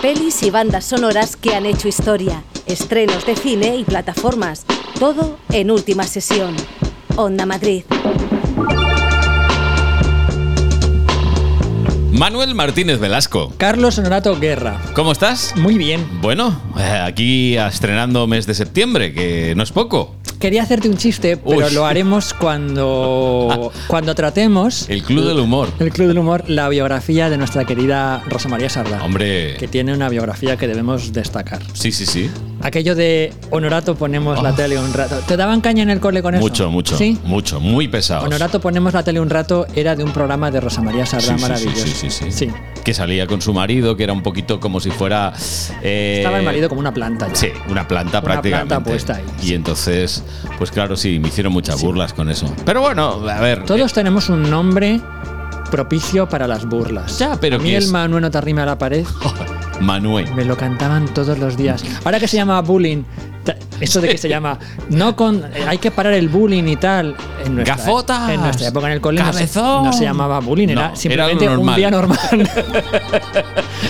Pelis y bandas sonoras que han hecho historia, estrenos de cine y plataformas, todo en última sesión. Onda Madrid. Manuel Martínez Velasco. Carlos Honorato Guerra. ¿Cómo estás? Muy bien. Bueno, eh, aquí estrenando mes de septiembre, que no es poco. Quería hacerte un chiste, pero Uy. lo haremos cuando, cuando tratemos El Club del Humor. el Club del Humor, la biografía de nuestra querida Rosa María Sardá. Hombre. Que tiene una biografía que debemos destacar. Sí, sí, sí. Aquello de Honorato ponemos la Oh. tele un rato. ¿Te daban caña en el cole con eso? Mucho, mucho. Sí. Mucho, muy pesado. Honorato ponemos la tele un rato era de un programa de Rosa María Sardá maravilloso. Sí, sí, sí, Que salía con su marido, que era un poquito como si fuera. eh, Estaba el marido como una planta ya. Sí, una planta Una prácticamente. planta puesta ahí, Y sí. entonces, pues claro, sí, me hicieron muchas burlas con eso. Pero bueno, a ver. Todos tenemos un nombre propicio para las burlas. Ya, pero a mí ¿qué el es? Manuel no te arrime a la pared. eh, Manuel. Me lo cantaban todos los días. Ahora que se llama bullying, ta- eso de que se llama no con eh, hay que parar el bullying y tal. En nuestra, Gafotas. En nuestra época en el colegio no se, Cabezón. no se llamaba bullying, No, era era simplemente lo un normal. día normal.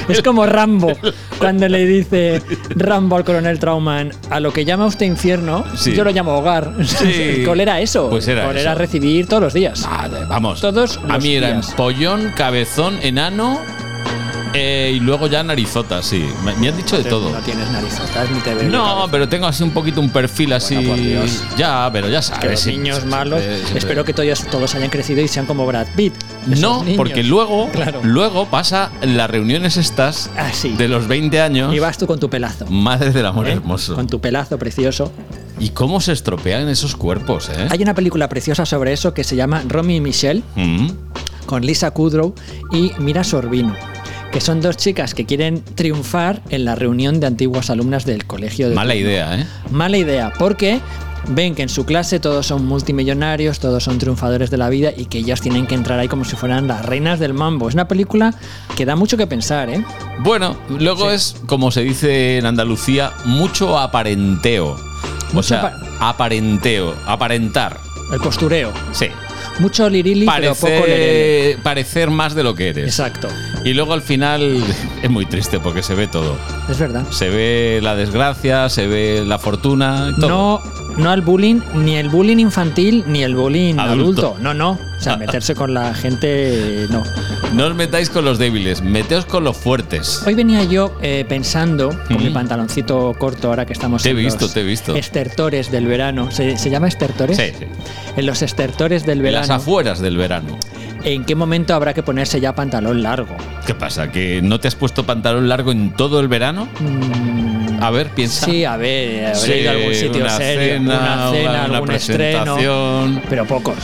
es como Rambo cuando le dice Rambo al coronel Trauman a lo que llama usted infierno, Sí. yo lo llamo hogar. Sí. El col era eso. Pues el era col eso. era recibir todos los días. Ah, de- vamos. Todos A los mí eran días. pollón, cabezón, enano eh, y luego ya narizota, sí. Me, me han dicho de todo. No tienes narizotas ni te ven. No, pero tengo así un poquito un perfil así. por Dios. Ya, pero ya sabes. que los sí, niños sí, malos. sí, sí, sí. Espero que todos, todos hayan crecido y sean como Brad Pitt. Esos No, niños. porque luego, Claro. luego pasa las reuniones estas Ah, sí. de los 20 años. Y vas tú con tu pelazo. Madre del amor ¿eh? hermoso. ¿Eh? Con tu pelazo precioso. ¿Y cómo se estropean esos cuerpos, eh? Hay una película preciosa sobre eso que se llama Romy y Michelle, Mm. con Lisa Kudrow y Mira Sorbino, que son dos chicas que quieren triunfar en la reunión de antiguas alumnas del colegio de Mala idea, ¿eh? Mala idea, porque ven que en su clase todos son multimillonarios, todos son triunfadores de la vida y que ellas tienen que entrar ahí como si fueran las reinas del mambo. Es una película que da mucho que pensar, ¿eh? Bueno, luego es, como se dice en Andalucía, mucho aparenteo. O Mucho sea, aparenteo, aparentar. El postureo. Sí. Mucho lirili, pero poco lerele. Parecer, parecer más de lo que eres. Exacto, Y luego al final es muy triste porque se ve todo. es verdad. Se ve la desgracia, se ve la fortuna, todo. No, no al bullying, ni el bullying infantil, ni el bullying adulto. Adulto. No, no. O sea, meterse con la gente, no. No os metáis con los débiles, meteos con los fuertes. Hoy venía yo eh, pensando, con Mm. mi pantaloncito corto, ahora que estamos Te he en visto, los te he visto. estertores del verano. ¿Se, se llama estertores? Sí, sí. En los estertores del En Las verano, afueras del verano. ¿en qué momento habrá que ponerse ya pantalón largo? ¿Qué pasa? ¿Que no te has puesto pantalón largo en todo el verano? A ver, piensa. Mm, Sí, a ver, habré Sí, ido a algún sitio una serio, cena, una cena, una algún estreno, presentación. pero pocos,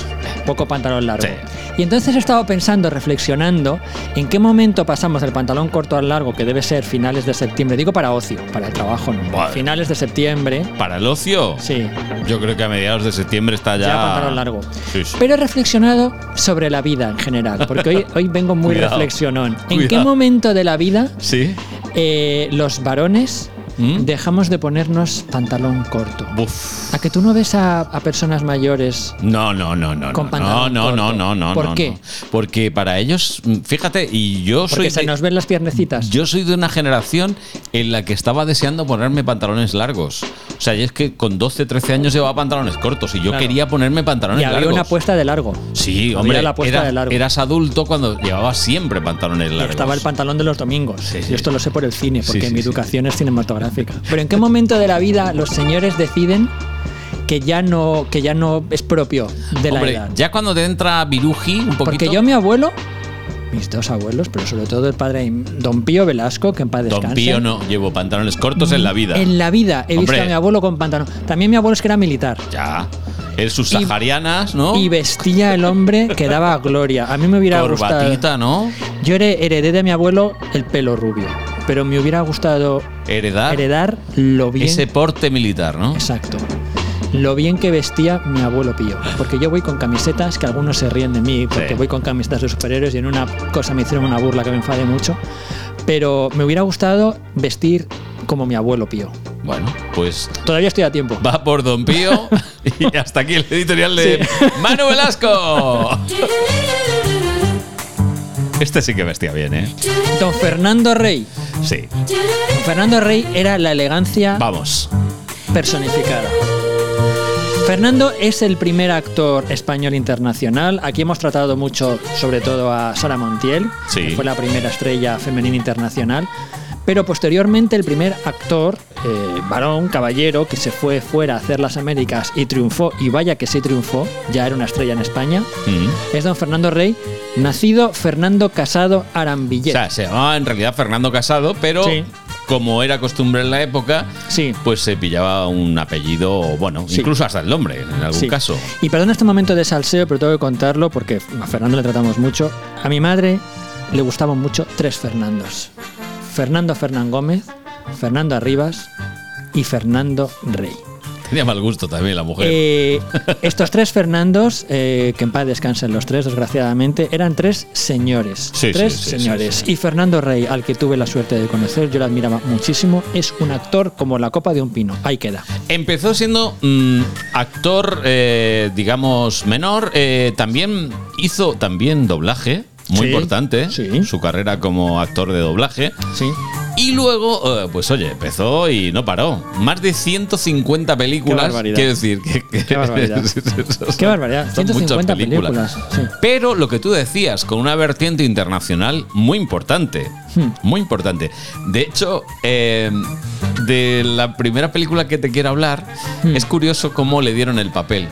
poco pantalón largo. Sí. Y entonces he estado pensando, reflexionando, en qué momento pasamos del pantalón corto al largo, que debe ser finales de septiembre, digo para ocio, para el trabajo no, Vale. finales de septiembre, ¿Para el ocio? sí, Yo creo que a mediados de septiembre está ya. ya pantalón largo. Sí, sí. Pero he reflexionado sobre la vida en general, porque hoy, hoy vengo muy Cuidado. reflexionón. ¿En qué Cuidado. momento de la vida ¿Sí? eh, los varones ¿Mm? dejamos de ponernos pantalón corto. Buf. A que tú no ves a, a personas mayores. No, no, no, no. Con no, no, pantalón no, no, corto. no, no. ¿Por no, qué? no. Porque para ellos, mm, fíjate, y yo soy. Porque se de- nos ven las piernecitas. Yo soy de una generación en la que estaba deseando ponerme pantalones largos. O sea, y es que con 12, 13 años llevaba pantalones cortos y yo Claro. quería ponerme pantalones y había largos. una apuesta de largo. Sí, Había hombre, la apuesta era- de largo. eras adulto cuando llevabas siempre pantalones Y largos. Estaba el pantalón de los domingos. Sí, sí. Yo esto lo sé por el cine, Sí, porque sí, mi sí. educación es cinematográfica. Pero ¿en qué momento de la vida los señores deciden que ya no, que ya no es propio de la Hombre, edad? ya cuando te entra viruji un poquito. Porque yo, mi abuelo, mis dos abuelos, pero sobre todo el padre Don Pío Velasco, que en paz descanse. Don Pío no llevo pantalones cortos en la vida. Mm, En la vida he visto Hombre. a mi abuelo con pantalón. También mi abuelo es que era militar. Ya. Es sus saharianas, ¿no? Y vestía el hombre que daba gloria. A mí me hubiera gustado. Corbatita, ¿no? Yo here- heredé de mi abuelo el pelo rubio, pero me hubiera gustado Heredar. heredar lo bien. Ah. Ese porte militar, ¿no? Exacto. Lo bien que vestía mi abuelo Pío. Porque yo voy con camisetas, que algunos se ríen de mí, porque Sí. voy con camisetas de superhéroes y en una cosa me hicieron una burla que me enfadé mucho. Pero me hubiera gustado vestir como mi abuelo Pío. Bueno, pues Todavía estoy a tiempo. va por Don Pío y hasta aquí el editorial de Manu Velasco. Este sí que vestía bien, ¿eh? Don Fernando Rey. Sí. Don Fernando Rey era la elegancia Vamos. personificada. Fernando es el primer actor español internacional. Aquí hemos tratado mucho, sobre todo, a Sara Montiel, Sí. que fue la primera estrella femenina internacional. Pero posteriormente, el primer actor, eh, varón, caballero, que se fue fuera a hacer las Américas y triunfó, y vaya que sí triunfó, ya era una estrella en España, Mm. es don Fernando Rey, nacido Fernando Casado Arambillet. O sea, se llamaba en realidad Fernando Casado, pero Sí. como era costumbre en la época, Sí. pues se pillaba un apellido, bueno, Sí. incluso hasta el nombre en algún Sí. caso. Y perdón este momento de salseo, pero tengo que contarlo porque a Fernando le tratamos mucho. A mi madre le gustaban mucho tres Fernandos. Fernando Fernán Gómez, Fernando Arribas y Fernando Rey. Tenía mal gusto también la mujer. Eh, estos tres Fernandos, eh, que en paz descansen los tres, desgraciadamente, eran tres señores. Sí, tres sí, sí, sí, señores. sí. Y Fernando Rey, al que tuve la suerte de conocer, yo lo admiraba muchísimo, es un actor como la copa de un pino. Ahí queda. Empezó siendo mm, actor, eh, digamos, menor. eh, también hizo también doblaje, muy Sí, importante, sí. su carrera como actor de doblaje. Sí. Y luego, eh, pues oye, empezó y no paró. Más de 150 películas. Qué barbaridad. Quiero decir, que, que- Qué barbaridad. son- Qué barbaridad, son 150 muchas películas. películas, sí. Pero lo que tú decías, con una vertiente internacional muy importante. Hmm. Muy importante. De hecho, eh, de la primera película que te quiero hablar, Hmm. es curioso cómo le dieron el papel.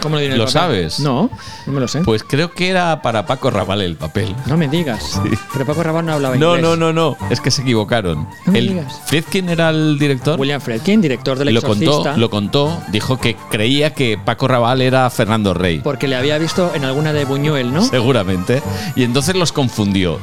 ¿Cómo lo diré ¿Lo sabes? No, no me lo sé. Pues creo que era para Paco Raval el papel. No me digas. Pero Paco Rabanne no hablaba No, inglés. no, no, no. Es que se equivocaron. No me el, digas. Friedkin era el director. William Fredkin, director del lo Exorcista, contó, lo contó, dijo que creía que Paco Raval era Fernando Rey, porque le había visto en alguna de Buñuel, ¿no? seguramente, y entonces los confundió.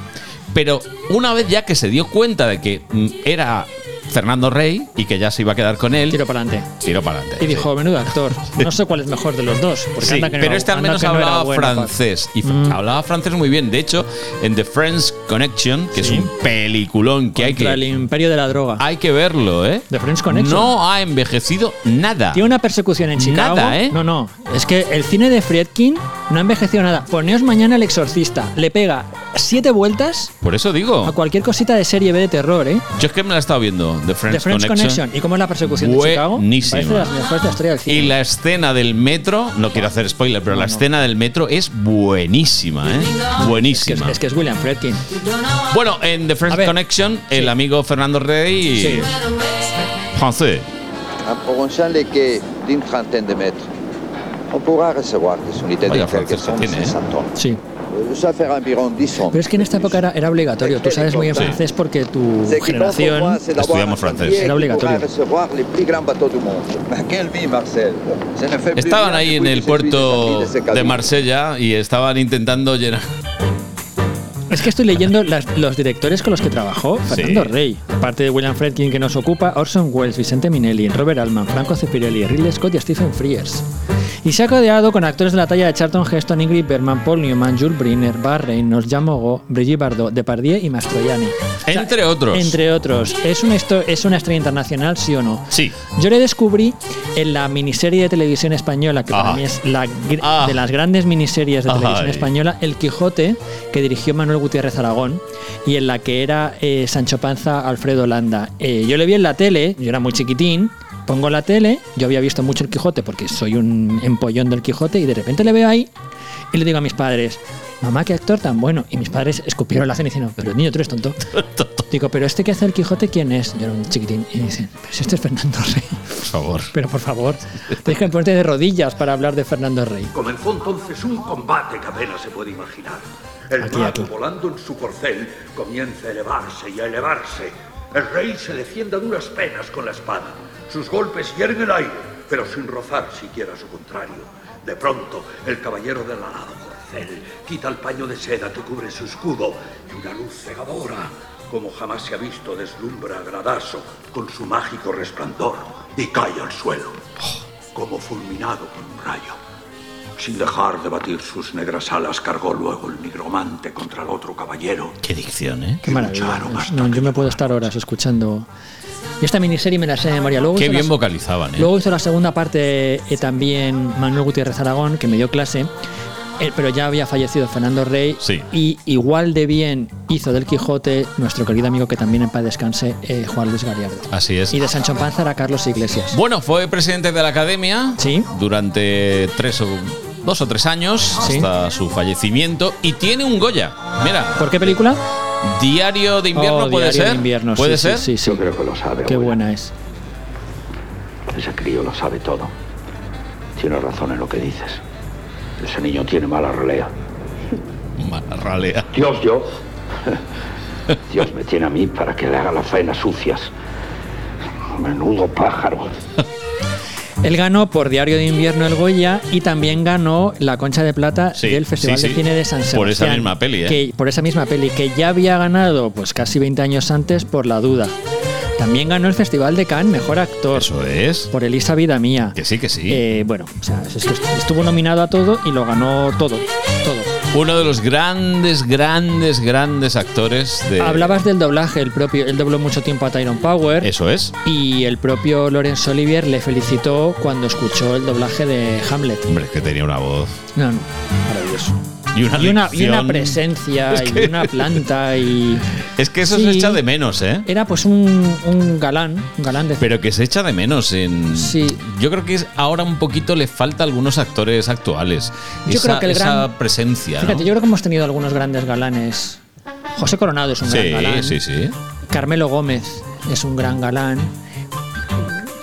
Pero una vez ya que se dio cuenta de que mm, era Fernando Rey y que ya se iba a quedar con él, Tiro tiró, para adelante. para adelante. Y dijo, menudo actor. No sé cuál es mejor de los dos. Porque Sí, anda que no pero era- este al anda menos que no era Mm. hablaba bueno, francés. Y hablaba francés muy bien. De hecho, en The Friends Connection, que Sí. es un peliculón que hay Contra el que, imperio de la droga. hay que verlo, ¿eh? The Friends Connection. No ha envejecido nada. Tiene una persecución en Chicago. Nada, ¿eh? No, no. Es que el cine de Friedkin no ha envejecido nada. Poneos mañana el exorcista. Le pega siete vueltas Por eso digo. a cualquier cosita de serie B de terror, ¿eh? Yo es que me la he estado viendo, The Friends, The French Connection. ¿Y cómo es la persecución de Chicago? Buenísima. Parece las mejores de la historia del cine. Y la escena del metro, no quiero hacer spoiler, pero la escena del metro es buenísima, ¿eh? Es que es, Buenísima. es que es William Fredkin. Bueno, en The A Friends ver. Connection, el amigo Fernando Rey. Sí. Francés. En provençal les quais d'une trentaine de mètres. On pourra recevoir des unités Vaya d'intervention francés que de tiene, ¿eh? 500 tonnes. Sí. Euh, Ça fait environ 10 hommes. Pero es que en esta época era, era obligatorio. Tú sabes muy bien Sí. francés porque tu Ce qui compte pour moi, generación. c'est d'avoir Estudiamos un francés. sanglier Era qui obligatorio. pourra recevoir les plus grands bateaux du monde. Quelle vie, Marcel. Je ne fais plus Estaban rien ahí en depuis el que je suis puerto descendu ce de cabine. Marsella y estaban intentando llenar. Es que estoy leyendo las- los directores con los que trabajó Fernando Rey. Aparte de William Fredkin que nos ocupa, Orson Welles, Vicente Minelli, Robert Altman, Franco Zeffirelli, Ridley Scott y Stephen Frears. Y se ha codeado con actores de la talla de Charlton Heston, Ingrid Bergman, Paul Newman, Jules Briner, Barr Reynolds, Jean Mogo, Brigitte Bardot, Depardieu y Mastroianni. Entre otros. Entre otros. ¿Es una, histo- ¿Es una estrella internacional, sí o no? Sí. Yo le descubrí en la miniserie de televisión española, que para Ah. mí es la gr- Ah. de las grandes miniseries de televisión Ay. española, El Quijote, que dirigió Manuel Gutiérrez Aragón, y en la que era eh, Sancho Panza Alfredo Landa. Eh, yo le vi en la tele, yo era muy chiquitín, pongo la tele, yo había visto mucho El Quijote porque soy un empollón del Quijote, y de repente le veo ahí y le digo a mis padres, mamá, qué actor tan bueno. Y mis padres escupieron la cena diciendo, pero niño, tú eres tonto. Digo, pero este que hace El Quijote, ¿quién es? Yo era un chiquitín. Y dicen, pero si este es Fernando Rey. Por favor. Pero por favor, tienes que ponerte de rodillas para hablar de Fernando Rey. Comenzó entonces un combate que apenas se puede imaginar. El Aquí, mago, aquí. volando en su corcel, comienza a elevarse y a elevarse. El rey se defienda a duras penas con la espada. Sus golpes hierven el aire. pero sin rozar siquiera su contrario. De pronto, el caballero del alado corcel quita el paño de seda que cubre su escudo y una luz cegadora, como jamás se ha visto, deslumbra a Gradaso con su mágico resplandor y cae al suelo, como fulminado por un rayo. Sin dejar de batir sus negras alas, cargó luego el nigromante contra el otro caballero Qué dicción, ¿eh? Qué maravilla. Lucharon hasta No, que yo me puedo estar horas escuchando. Y esta miniserie me la sé de memoria. Luego Qué hizo bien la- vocalizaban, ¿eh? Luego hizo la segunda parte eh, también Manuel Gutiérrez Aragón, que me dio clase, eh, pero ya había fallecido Fernando Rey. Sí. Y igual de bien hizo del Quijote nuestro querido amigo que también en paz descanse, eh, Juan Luis Gariardo. Así Ah, es. Y de Sancho Panza era Carlos Iglesias. Bueno, fue presidente de la academia Sí. durante tres o, dos o tres años Sí. hasta su fallecimiento y tiene un Goya. Mira, ¿Por qué película? diario de invierno Oh, puede Diario de ser. invierno, sí, puede sí, ser. Sí, sí. Yo creo que lo sabe. Qué abuela. buena es. Ese crío lo sabe todo. Tiene razón en lo que dices. Ese niño tiene mala rolea. Marralea. Dios, yo. Dios me tiene a mí para que le haga las faenas sucias. Menudo pájaro. Él ganó por Diario de Invierno el Goya y también ganó la Concha de Plata Sí, del Festival sí, sí. de Cine de San Sebastián. Por esa misma peli, ¿eh? que- por esa misma peli, que ya había ganado pues casi 20 años antes por La Duda. También ganó el Festival de Cannes Mejor Actor Eso es. por Elisa Vida Mía. Que sí, que sí. Eh, bueno, o sea, es que estuvo nominado a todo y lo ganó todo. todo. Uno de los grandes, grandes, grandes actores de. Hablabas del doblaje, el propio, él dobló mucho tiempo a Tyrone Power. Eso es. Y el propio Laurence Olivier le felicitó cuando escuchó el doblaje de Hamlet. Hombre, es que tenía una voz No, no. y una, y una, y una dicción. presencia Es que- y una planta y Es que eso Sí. se echa de menos, ¿eh? era pues un, un galán un galán de Pero que se echa de menos en. Sí. Yo creo que es- ahora un poquito le falta a algunos actores actuales. Yo esa, creo que el esa gran- presencia. fíjate ¿no? yo creo que hemos tenido algunos grandes galanes José Coronado es un gran Sí, galán sí, sí. Carmelo Gómez es un gran galán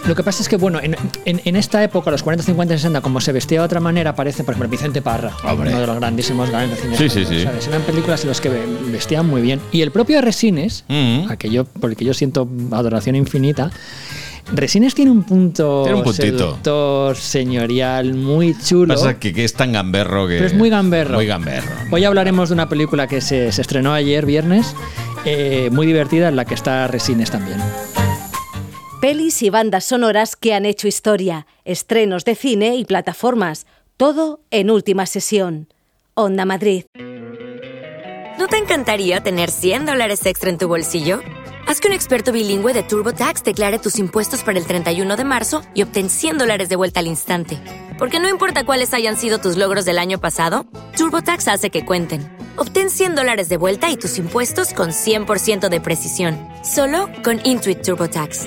lo que pasa es que, bueno, en, en- en esta época, los 40, 50, 60, como se vestía de otra manera, aparece, por ejemplo, Vicente Parra, Hombre. uno de los grandísimos galanes de cine. Sí, español, sí, sí. ¿sabes? Eran películas en las que ve- vestían muy bien. Y el propio Resines, Mm. aquello por el que yo siento adoración infinita. Resines tiene un punto Tiene un puntito. seductor, señorial, muy chulo. Pasa que, que es tan gamberro que. Pero es muy gamberro. Muy gamberro. Hoy hablaremos de una película que se, se estrenó ayer, viernes, eh, muy divertida, en la que está Resines también. Pelis y bandas sonoras que han hecho historia, estrenos de cine y plataformas, todo en última sesión. Onda Madrid. ¿No te encantaría tener 100 dólares extra en tu bolsillo? Haz que un experto bilingüe de TurboTax declare tus impuestos para el 31 de marzo y obtén 100 dólares de vuelta al instante. Porque no importa cuáles hayan sido tus logros del año pasado, TurboTax hace que cuenten. Obtén 100 dólares de vuelta y tus impuestos con 100% de precisión, solo con Intuit TurboTax.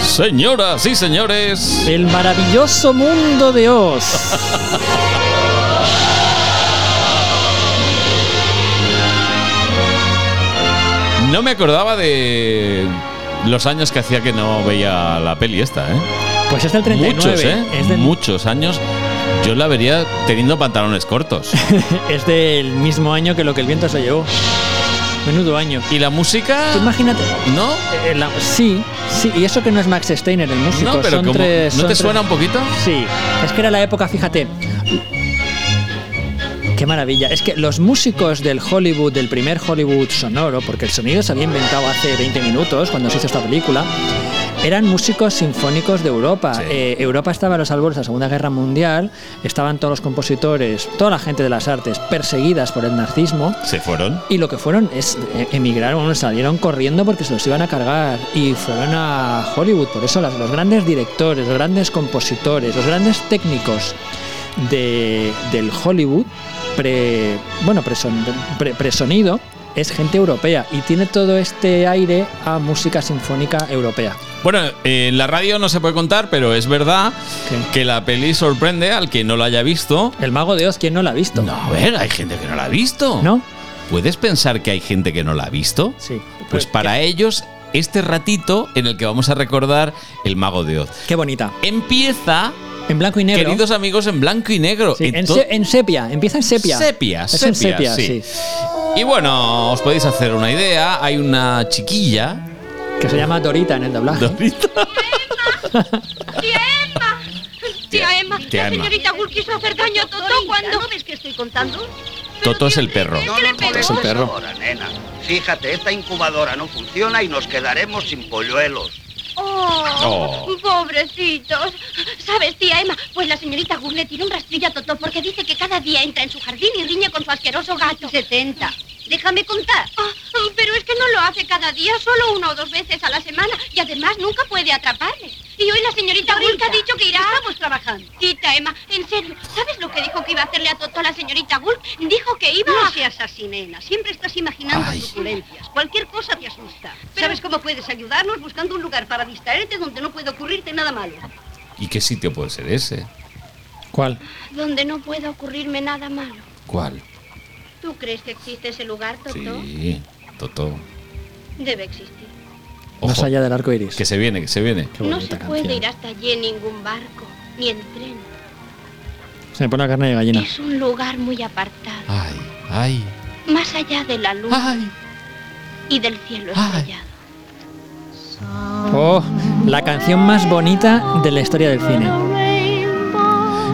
Señoras y señores. El maravilloso mundo de Oz. No me acordaba de. Los años que hacía que no veía la peli esta, ¿eh? Pues es del 39. Muchos, ¿eh? Es del, Muchos años. Yo la vería teniendo pantalones cortos. es del mismo año que lo que el viento se llevó. Menudo año. ¿Y la música? Tú imagínate. ¿No? eh, la- sí, sí, y eso que no es Max Steiner, el músico. No, pero son como- tres- ¿no son te tres- suena un poquito? Sí, es que era la época, fíjate. Qué maravilla. Es que los músicos del Hollywood, del primer Hollywood sonoro, porque el sonido se había inventado hace 20 minutos cuando se hizo esta película, eran músicos sinfónicos de Europa. Sí. Eh, Europa estaba a los albores de la Segunda Guerra Mundial, estaban todos los compositores, toda la gente de las artes perseguidas por el nazismo. Se fueron. Y lo que fueron es eh, emigraron, bueno, salieron corriendo porque se los iban a cargar y fueron a Hollywood. Por eso las- los grandes directores, los grandes compositores, los grandes técnicos de, del Hollywood pre, bueno, preson- pre- presonido es gente europea y tiene todo este aire a música sinfónica europea. Bueno, eh, en la radio no se puede contar, pero es verdad Sí. que la peli sorprende al que no la haya visto. El Mago de Oz, ¿quién no la ha visto? No, a ver, hay gente que no la ha visto. ¿No? ¿Puedes pensar que hay gente que no la ha visto? Sí. Pues para ellos, este ratito en el que vamos a recordar El Mago de Oz. Qué bonita. Empieza, En blanco y negro. queridos amigos, en blanco y negro. Sí, en, Ento- se- en sepia, empieza en sepia. Sepia, es en sepia, sepia, sí. sí. Y bueno, os podéis hacer una idea. Hay una chiquilla. Que se llama Dorita en el doblaje. Dorita. ¡Tía Emma! ¡Tía Emma! Tía la Emma. señorita Wood quiso hacer daño a Toto cuando... ¿No ves que estoy contando? Toto es el perro. ¿Qué le pegó? el perro. Ahora, nena. Fíjate, esta incubadora no funciona y nos quedaremos sin polluelos. Oh, Oh. pobrecitos. ¿Sabes, tía Emma? Pues la señorita Wood le tiró un rastrillo a Totó porque dice que cada día entra en su jardín y riñe con su asqueroso gato. 70. Déjame contar. pero es que no lo hace cada día, solo una o dos veces a la semana. Y además nunca puede atraparle. Y hoy la señorita Wood ha dicho que irá... Estamos trabajando. Tita Emma, en serio, ¿sabes lo que dijo que iba a hacerle a Totó la señorita Wood? Dijo que iba a... seas así, nena. Siempre estás imaginando Ay. suculencias. Cualquier cosa te asusta. ¿Sabes cómo puedes ayudarnos buscando un lugar para distraerte donde no puede ocurrirte nada malo? ¿Y qué sitio puede ser ese? ¿Cuál? Donde no puede ocurrirme nada malo. ¿Cuál? ¿Tú crees que existe ese lugar, Toto? Sí, Toto. Debe existir. Más Ojo, allá del arco iris. que se viene, que se viene. Qué No se bonita puede canción. ir hasta allí en ningún barco, ni en tren. Se me pone la carne de gallina. Es un lugar muy apartado, Ay, ay, más allá de la luz ay. y del cielo Ay. estrellado. Oh, la canción más bonita de la historia del cine.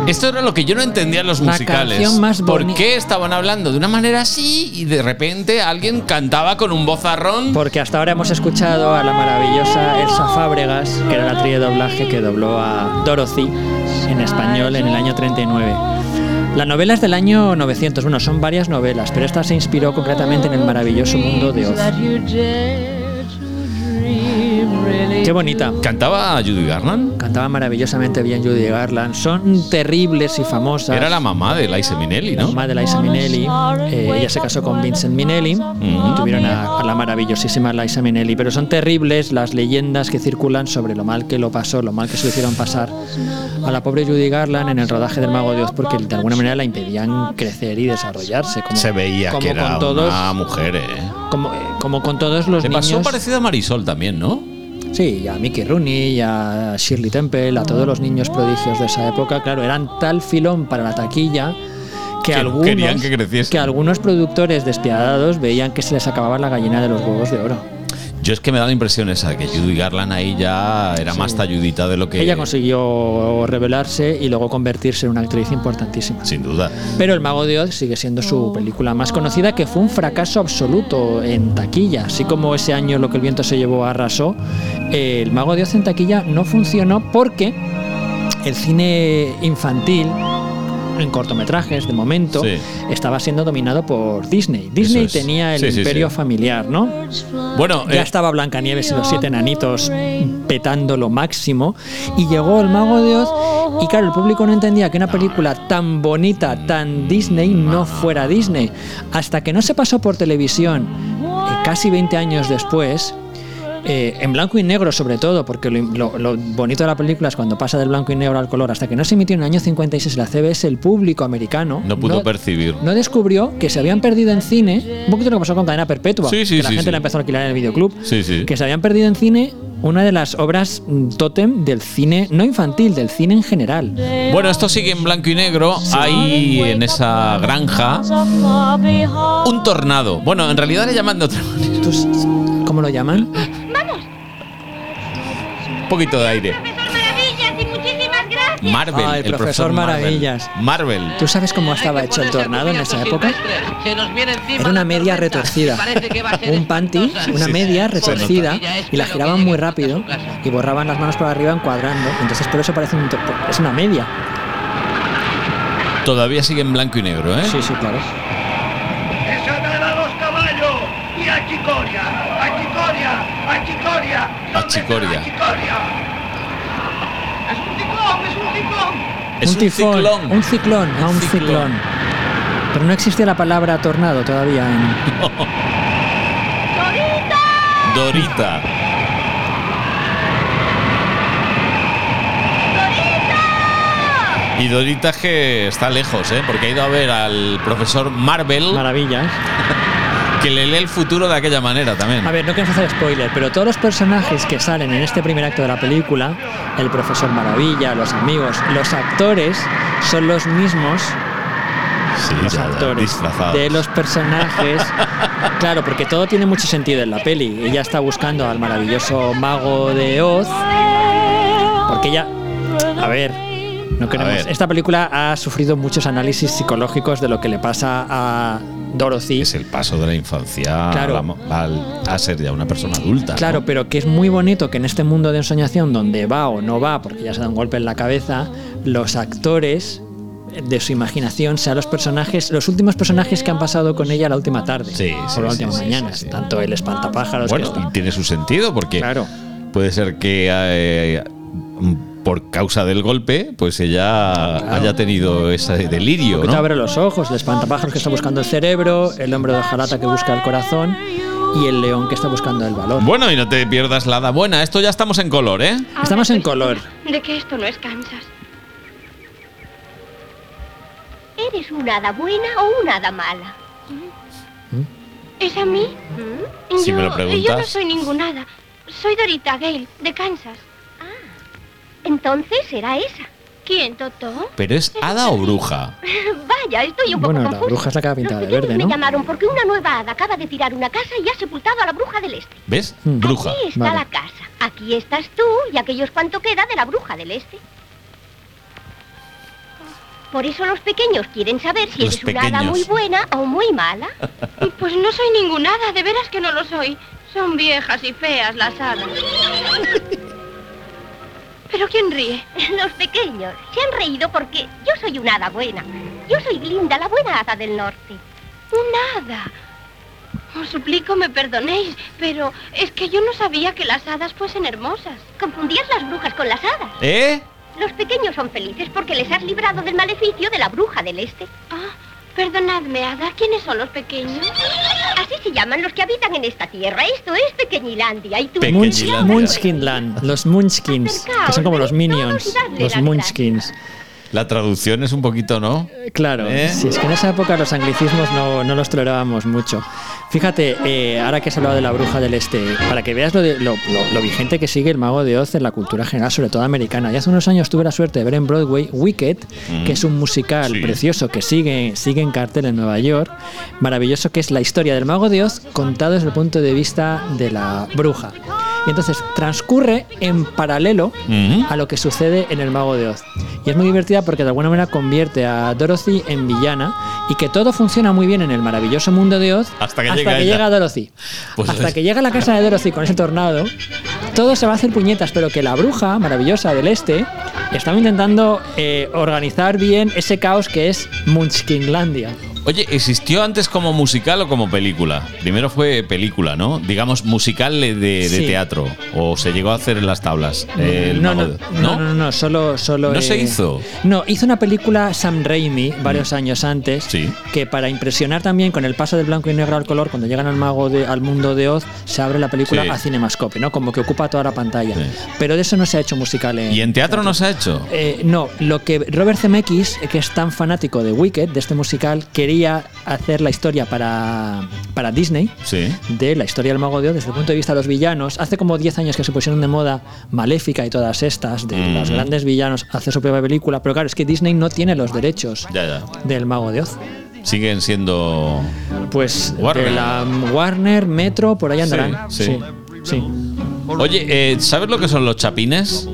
Esto era lo que yo no entendía en los La musicales. canción más ¿Por boni- qué estaban hablando de una manera así y de repente alguien cantaba con un bozarrón? Porque hasta ahora hemos escuchado a la maravillosa Elsa Fábregas, que era la actriz de doblaje que dobló a Dorothy en español en el año 39. La novela es del año 901, son varias novelas, pero esta se inspiró concretamente en el maravilloso mundo de Oz. Qué bonita. ¿Cantaba Judy Garland? Cantaba maravillosamente bien Judy Garland. Son terribles y famosas. Era la mamá de Liza Minnelli, La ¿no? mamá de Liza Minnelli. eh, ella se casó con Vincent Minnelli. y Tuvieron a, a la maravillosísima Liza Minnelli. Pero son terribles las leyendas que circulan sobre lo mal que lo pasó, lo mal que se lo hicieron pasar a la pobre Judy Garland en el rodaje del Mago de Oz, porque de alguna manera la impedían crecer y desarrollarse. Como, Se veía como que era con todos, una mujer, ¿eh? como, eh, como con todos los Le niños. pasó parecido a Marisol también, ¿no? Sí, y a Mickey Rooney, y a Shirley Temple, a todos los niños prodigios de esa época, claro, eran tal filón para la taquilla que, Que algunos querían que creciesen. que algunos productores despiadados veían que se les acababa la gallina de los huevos de oro. Yo es que me da la impresión esa, que Judy Garland ahí ya era más talludita de lo que... Ella consiguió revelarse y luego convertirse en una actriz importantísima. Sin duda. Pero El Mago de Oz sigue siendo su película más conocida, que fue un fracaso absoluto en taquilla. Así como ese año Lo que el viento se llevó arrasó, eh, El Mago de Oz en taquilla no funcionó porque el cine infantil en cortometrajes de momento Sí. estaba siendo dominado por Disney. Disney es. tenía el Sí, sí, imperio sí. familiar, ¿no? Bueno, Ya eh, estaba Blancanieves y los siete enanitos petando lo máximo. Y llegó el Mago de Oz. Y claro, el público no entendía que una película tan bonita, tan Disney, no fuera Disney. Hasta que no se pasó por televisión, eh, casi 20 años después. eh, en blanco y negro sobre todo, porque lo, lo- lo bonito de la película es cuando pasa del blanco y negro al color, hasta que no se emitió en el año 56 la CBS, el público americano no pudo percibir. no descubrió que se habían perdido en cine, un poquito lo que pasó con Cadena Perpetua, Sí, sí, que la sí, gente sí. la empezó a alquilar en el videoclub, Sí, sí. que se habían perdido en cine una de las obras mm, tótem del cine, no infantil, del cine en general. Bueno, esto sigue en blanco y negro. Hay en esa granja un tornado. Bueno, en realidad le llaman de otra manera. Esto es- ¿Cómo lo llaman? Un poquito de aire. Profesor Maravillas, y muchísimas gracias. Marvel, Ay, el profesor profesor Marvel. Maravillas. Marvel. ¿Tú sabes cómo estaba hecho el tornado en esa época? Era una media retorcida, un panty, una Sí, media se nota. retorcida y la giraban muy rápido y borraban las manos para arriba encuadrando, entonces por eso parece un tor- es una media. Todavía sigue en blanco y negro, ¿eh? Sí, sí, claro. ¡Que se a los caballos! ¡Y a Chicoria! ¡A Chicoria! ¡A Chicoria! A Chicoria. ¡Es un ticón! ¡Es un ticón! Es un, tifón, ciclón. Un ciclón, a un ciclón. ciclón. Pero no existe la palabra tornado todavía en, Dorita. Y Dorita es que está lejos, ¿eh? Porque ha ido a ver al profesor Marvel Maravillas. que le lee el futuro de aquella manera también. A ver, no queremos hacer spoiler, pero todos los personajes que salen en este primer acto de la película, el profesor Maravilla, los amigos, los actores, son los mismos sí, los ya, ya, actores disfrazados. de los personajes. claro, porque todo tiene mucho sentido en la peli. Ella está buscando al maravilloso mago de Oz. Porque ella. A ver. No queremos. ver. Esta película ha sufrido muchos análisis psicológicos de lo que le pasa a Dorothy. Es el paso de la infancia Claro. a, la mo- al- a ser ya una persona adulta. ¿no? Claro, pero que es muy bonito que en este mundo de ensoñación, donde va o no va, porque ya se da un golpe en la cabeza, los actores de su imaginación sean los personajes, los últimos personajes que han pasado con ella la última tarde Sí, sí, o la sí, última sí, mañana. sí, sí. Tanto el espantapájaros Bueno, que está- y tiene su sentido porque Claro. puede ser que eh, por causa del golpe, pues ella haya tenido ese delirio, que te ¿no? abre los ojos, el espantapájaros que está buscando el cerebro, el hombre de hojalata que busca el corazón y el león que está buscando el valor. Bueno, y no te pierdas la hada buena. Esto ya estamos en color, ¿eh? Estamos en color. De que esto no es Kansas. ¿Eres una hada buena o una hada mala? ¿Es a mí? Mm. Si me lo Yo no preguntas. soy ninguna hada. Soy Dorita Gale, de Kansas. Ah. Entonces será esa. ¿Quién, Toto? Pero es hada o bruja. Vaya, estoy un poco Bueno, la confusa. bruja es la que va pintada de Los verde, me ¿no? llamaron porque una nueva hada acaba de tirar una casa y ha sepultado a la bruja del este. ¿Ves? Mm. Bruja. Aquí está Vale. la casa. Aquí estás tú y aquellos cuanto queda de la bruja del este. Por eso los pequeños quieren saber si Los eres una hada pequeños. muy buena o muy mala. Pues no soy ninguna hada, de veras que no lo soy. Son viejas y feas las hadas. ¿Pero quién ríe? Los pequeños se han reído porque yo soy una hada buena. Yo soy Glinda, la buena hada del norte. Una hada. Os suplico me perdonéis, pero es que yo no sabía que las hadas fuesen hermosas. Confundías las brujas con las hadas. ¿Eh? Los pequeños son felices porque les has librado del maleficio de la bruja del este. Ah, perdonadme, hada, ¿quiénes son los pequeños? Así se llaman los que habitan en esta tierra. Esto es Pequeñilandia y tú... Pe- Munch- Pequeñilandia. Munchkinland, los Munchkins, que son como los Minions, los Munchkins. La traducción es un poquito, ¿no? Eh, Claro, ¿Eh? si es que en esa época los anglicismos no, no los tolerábamos mucho. Fíjate, eh, ahora que has hablado de la bruja del este, para que veas lo, de- lo, lo- lo vigente que sigue el mago de Oz en la cultura general, sobre todo americana. Y hace unos años tuve la suerte de ver en Broadway Wicked, que es un musical Mm. Sí. precioso que sigue, sigue en cartel en Nueva York. Maravilloso que es la historia del mago de Oz contado desde el punto de vista de la bruja. Y entonces transcurre en paralelo Ujú. a lo que sucede en El Mago de Oz. Y es muy divertida porque de alguna manera convierte a Dorothy en villana y que todo funciona muy bien en el maravilloso mundo de Oz Hasta que llega ella. Dorothy. Pues hasta es- que llega a la casa de Dorothy con ese tornado, todo se va a hacer puñetas, pero que la bruja maravillosa del este estaba intentando eh, organizar bien ese caos que es Munchkinlandia. Oye, ¿existió antes como musical o como película? Primero fue película, ¿no? Digamos, musical de, de Sí. teatro. ¿O se llegó a hacer en las tablas? Eh, el no, Mago no, de- no, no, no, solo, solo. ¿No se hizo? Mm. No, hizo una película Sam Raimi varios años antes, Sí. que para impresionar también con el paso del blanco y negro al color, cuando llegan al mago de- al mundo de Oz, se abre la película Sí. a cinemascope, ¿no? Como que ocupa toda la pantalla. Sí. Pero de eso no se ha hecho musical. En, ¿Y en teatro no se ha hecho? eh, no, lo que Robert Zemeckis, que es tan fanático de Wicked, de este musical, quería hacer la historia para, para Disney Sí. de la historia del mago de Oz desde el punto de vista de los villanos. Hace como 10 años que se pusieron de moda Maléfica y todas estas, de los Ujú. grandes villanos, hace su propia película, pero claro, es que Disney no tiene los derechos Ya, ya. del mago de Oz. Siguen siendo. Pues de Warner. la Warner, Metro, por ahí andarán. sí. sí. sí. Oye, eh, ¿sabes lo que son los chapines?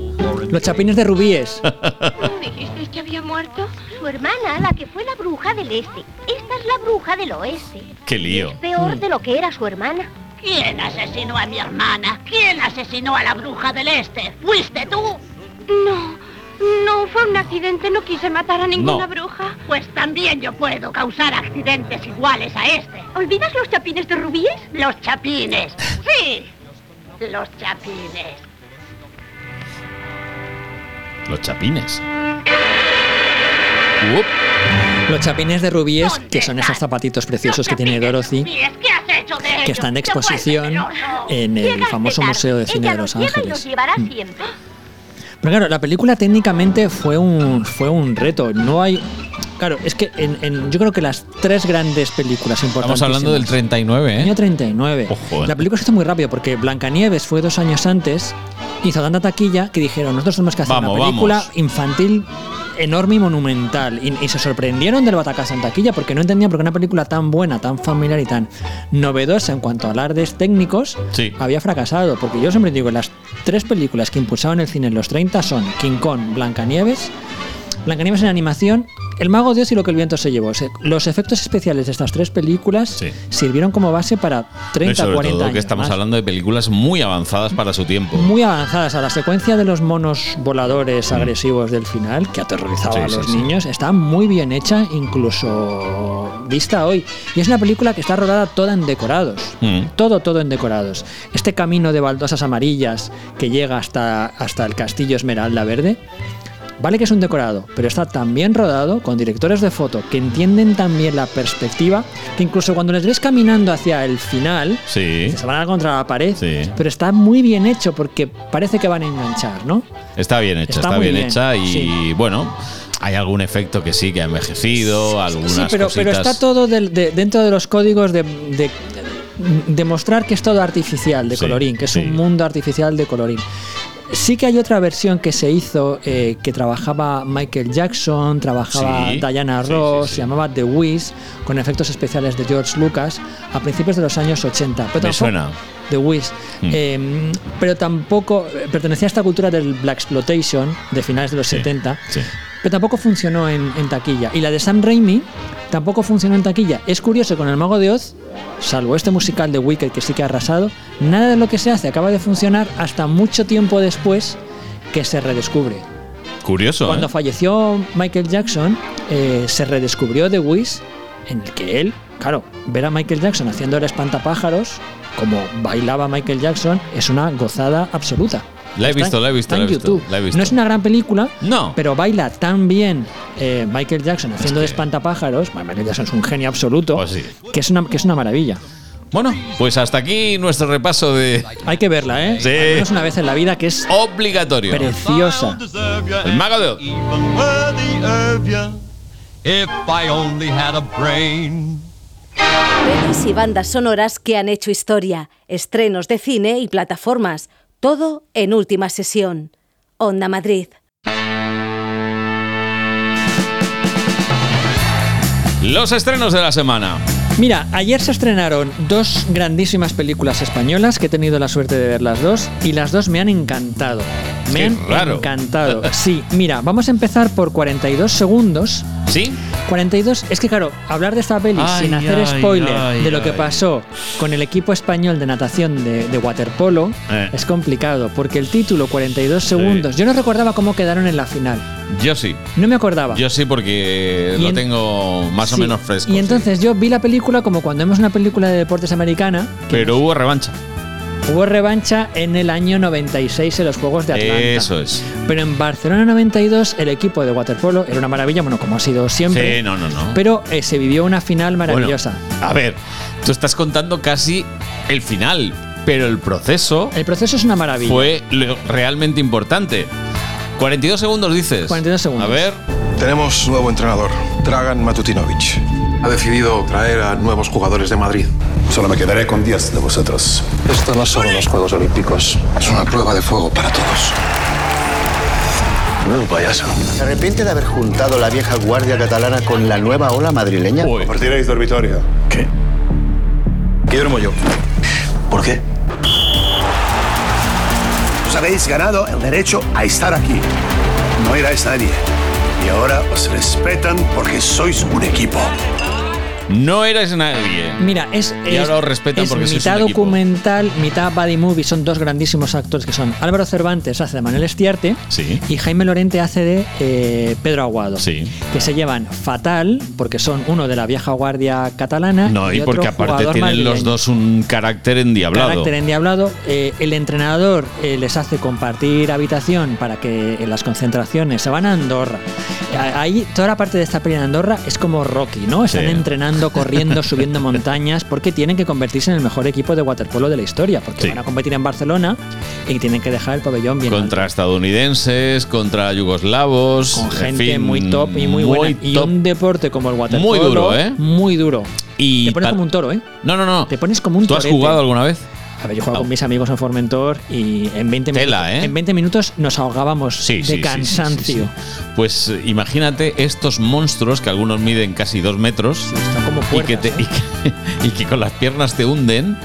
Los chapines de rubíes. ¿No dijisteis que había muerto? Su hermana, la que fue la bruja del este. Esta es la bruja del oeste. ¡Qué lío! Peor de lo que era su hermana. ¿Quién asesinó a mi hermana? ¿Quién asesinó a la bruja del este? ¿Fuiste tú? No, no, fue un accidente, no quise matar a ninguna No. bruja. Pues también yo puedo causar accidentes iguales a este. ¿Olvidas los chapines de rubíes? Los chapines. Sí. Los chapines. Los chapines. Uop. Los chapines de rubíes, que son esos zapatitos preciosos que tiene Dorothy. ¿Qué haces? hecho de ellos. que está en ¡Se exposición vuelve celoso! en el Llegaste famoso tarde. Museo de Cine Ella de Los lleva y Ángeles. llevará Mm. siempre. Pero claro, la película técnicamente fue un, fue un reto. No hay. Claro, es que en, en- yo creo que las tres grandes películas importantes. Estamos hablando del 39, Año ¿eh? 39. Ojo, eh. La película se hizo muy rápido porque Blancanieves fue dos años antes, hizo tanta taquilla que dijeron: Nosotros tenemos que hacer Vamos, una película vamos. infantil enorme y monumental. Y, y se sorprendieron del batacazo en taquilla porque no entendían por qué una película tan buena, tan familiar y tan novedosa en cuanto a alardes técnicos Sí. había fracasado. Porque yo siempre digo: las tres películas que impulsaban el cine en los 30 son King Kong, Blancanieves Blancanieves en animación, El Mago de Dios y Lo que el viento se llevó. O sea, los efectos especiales de estas tres películas Sí. sirvieron como base para No, y 30, sobre 40 todo años. que estamos más. hablando de películas muy avanzadas para su tiempo. Mm. Muy avanzadas. A la secuencia de los monos voladores agresivos del final, que aterrorizaba Sí, a sí, los sí. niños, está muy bien hecha, incluso vista hoy. Y es una película que está rodada toda en decorados. Mm. Todo, todo en decorados. Este camino de baldosas amarillas que llega hasta, hasta el castillo Esmeralda Verde. Vale que es un decorado, pero está tan bien rodado, con directores de foto que entienden también la perspectiva, que incluso cuando les ves caminando hacia el final, Sí, se van a contra la pared, Sí. pero está muy bien hecho porque parece que van a enganchar, ¿no? está bien hecha, Está está, muy bien, bien, hecha y sí. bueno, hay algún efecto que sí que ha envejecido, algunas sí, pero, pero cositas. está todo del- de- dentro de los códigos de, de- de mostrar que es todo artificial, de Sí, colorín, que es sí. un mundo artificial de colorín. Sí que hay otra versión que se hizo eh, que trabajaba Michael Jackson, trabajaba Sí, Diana sí, sí, Ross, sí. se llamaba The Wiz, con efectos especiales de George Lucas a principios de los años 80. Pero Me tampoco- suena. The Wiz. Mm. Eh, pero tampoco eh, pertenecía a esta cultura del Black Exploitation de finales de los Sí, 70. sí. Pero tampoco funcionó en, en taquilla. Y la de Sam Raimi tampoco funcionó en taquilla. Es curioso, con El Mago de Oz, salvo este musical de Wicked que sí que ha arrasado, nada de lo que se hace acaba de funcionar hasta mucho tiempo después que se redescubre. Curioso. Cuando ¿eh? falleció Michael Jackson, eh, se redescubrió The Wiz, en el que él, claro, ver a Michael Jackson haciendo el espantapájaros, como bailaba Michael Jackson, es una gozada absoluta. La he Está en- visto, la he visto, está la he en visto, YouTube. la he visto. No es una gran película, No. pero baila tan bien eh, Michael Jackson haciendo de que- espantapájaros. bueno, Michael Jackson es un genio absoluto, Pues sí. que, es una, que es una maravilla. Bueno, pues hasta aquí nuestro repaso de Hay que verla, ¿eh? Sí. Al menos una vez en la vida que es obligatorio. preciosa. El mago de Oz. Pelis y bandas sonoras que han hecho historia, estrenos de cine y plataformas, todo en última sesión. Onda Madrid. Los estrenos de la semana. Mira, ayer se estrenaron dos grandísimas películas españolas que he tenido la suerte de ver las dos y las dos me han encantado. Me Qué han raro. encantado. Sí, mira, vamos a empezar por 42 segundos. ¿Sí? 42, es que claro, hablar de esta peli Ay, sin hacer ay, spoiler ay, de lo que ay. pasó con el equipo español de natación de, de waterpolo Eh. es complicado porque el título 42 segundos, yo no recordaba cómo quedaron en la final. Yo sí. No me acordaba. Yo sí porque Y lo en- tengo más o Sí, menos fresco. Y sí. entonces yo vi la película como cuando vemos una película de deportes americana, que Pero hubo revancha. Hubo revancha en el año 96 en los Juegos de Atlanta. Eso es. Pero en Barcelona 92 el equipo de waterpolo era una maravilla, bueno, como ha sido siempre. Sí, no, no, no. Pero eh, se vivió una final maravillosa. Bueno, a ver, tú estás contando casi el final, pero el proceso el proceso es una maravilla. fue lo realmente importante. 42 segundos dices. 42 segundos. A ver, Tenemos nuevo entrenador, Dragan Matutinovich. Ha decidido traer a nuevos jugadores de Madrid. Solo me quedaré con 10 de vosotros. Esto no son unos Juegos Olímpicos, es una prueba de fuego para todos. Menudo payaso. ¿Se arrepiente de haber juntado la vieja guardia catalana con la nueva ola madrileña? Uy. Partiréis de Vitoria. ¿Qué? Guillermo yo. ¿Por qué? Os Pues habéis ganado el derecho a estar aquí. No erais nadie. Y ahora os respetan porque sois un equipo. no eres nadie. Mira, es, Y es- ahora os respetan es porque sois mitad un equipo. documental, mitad body movie. Son dos grandísimos actores que son Álvaro Cervantes hace de Manuel Estiarte Sí. y Jaime Lorente hace de eh, Pedro Aguado. Sí. Que se llevan fatal porque son uno de la vieja guardia catalana. No, y, otro porque aparte jugador tienen los madrileño. dos un carácter endiablado. Carácter endiablado. Eh, el entrenador eh, les hace compartir habitación para que en las concentraciones se van a Andorra. A- Ahí toda la parte de esta peli en Andorra es como Rocky, ¿no? Están Sí. saltando, corriendo, subiendo montañas, porque tienen que convertirse en el mejor equipo de waterpolo de la historia, porque Sí. van a competir en Barcelona y tienen que dejar el pabellón bien alto. Contra estadounidenses, contra yugoslavos. Con gente muy top y muy, buena. Y un deporte como el waterpolo. Muy duro, ¿eh? Muy duro. Y Te pones pa- como un toro, ¿eh? No, no, no. Te pones como un ¿Tú has torete. jugado alguna vez? A ver, yo jugaba con mis amigos en Formentor y en 20 Tela, minutos, ¿eh? en 20 minutos nos ahogábamos Sí, de sí, sí, sí, cansancio. sí, sí. Pues eh, imagínate estos monstruos que algunos miden casi dos metros y, que te- y que- y que con las piernas te hunden,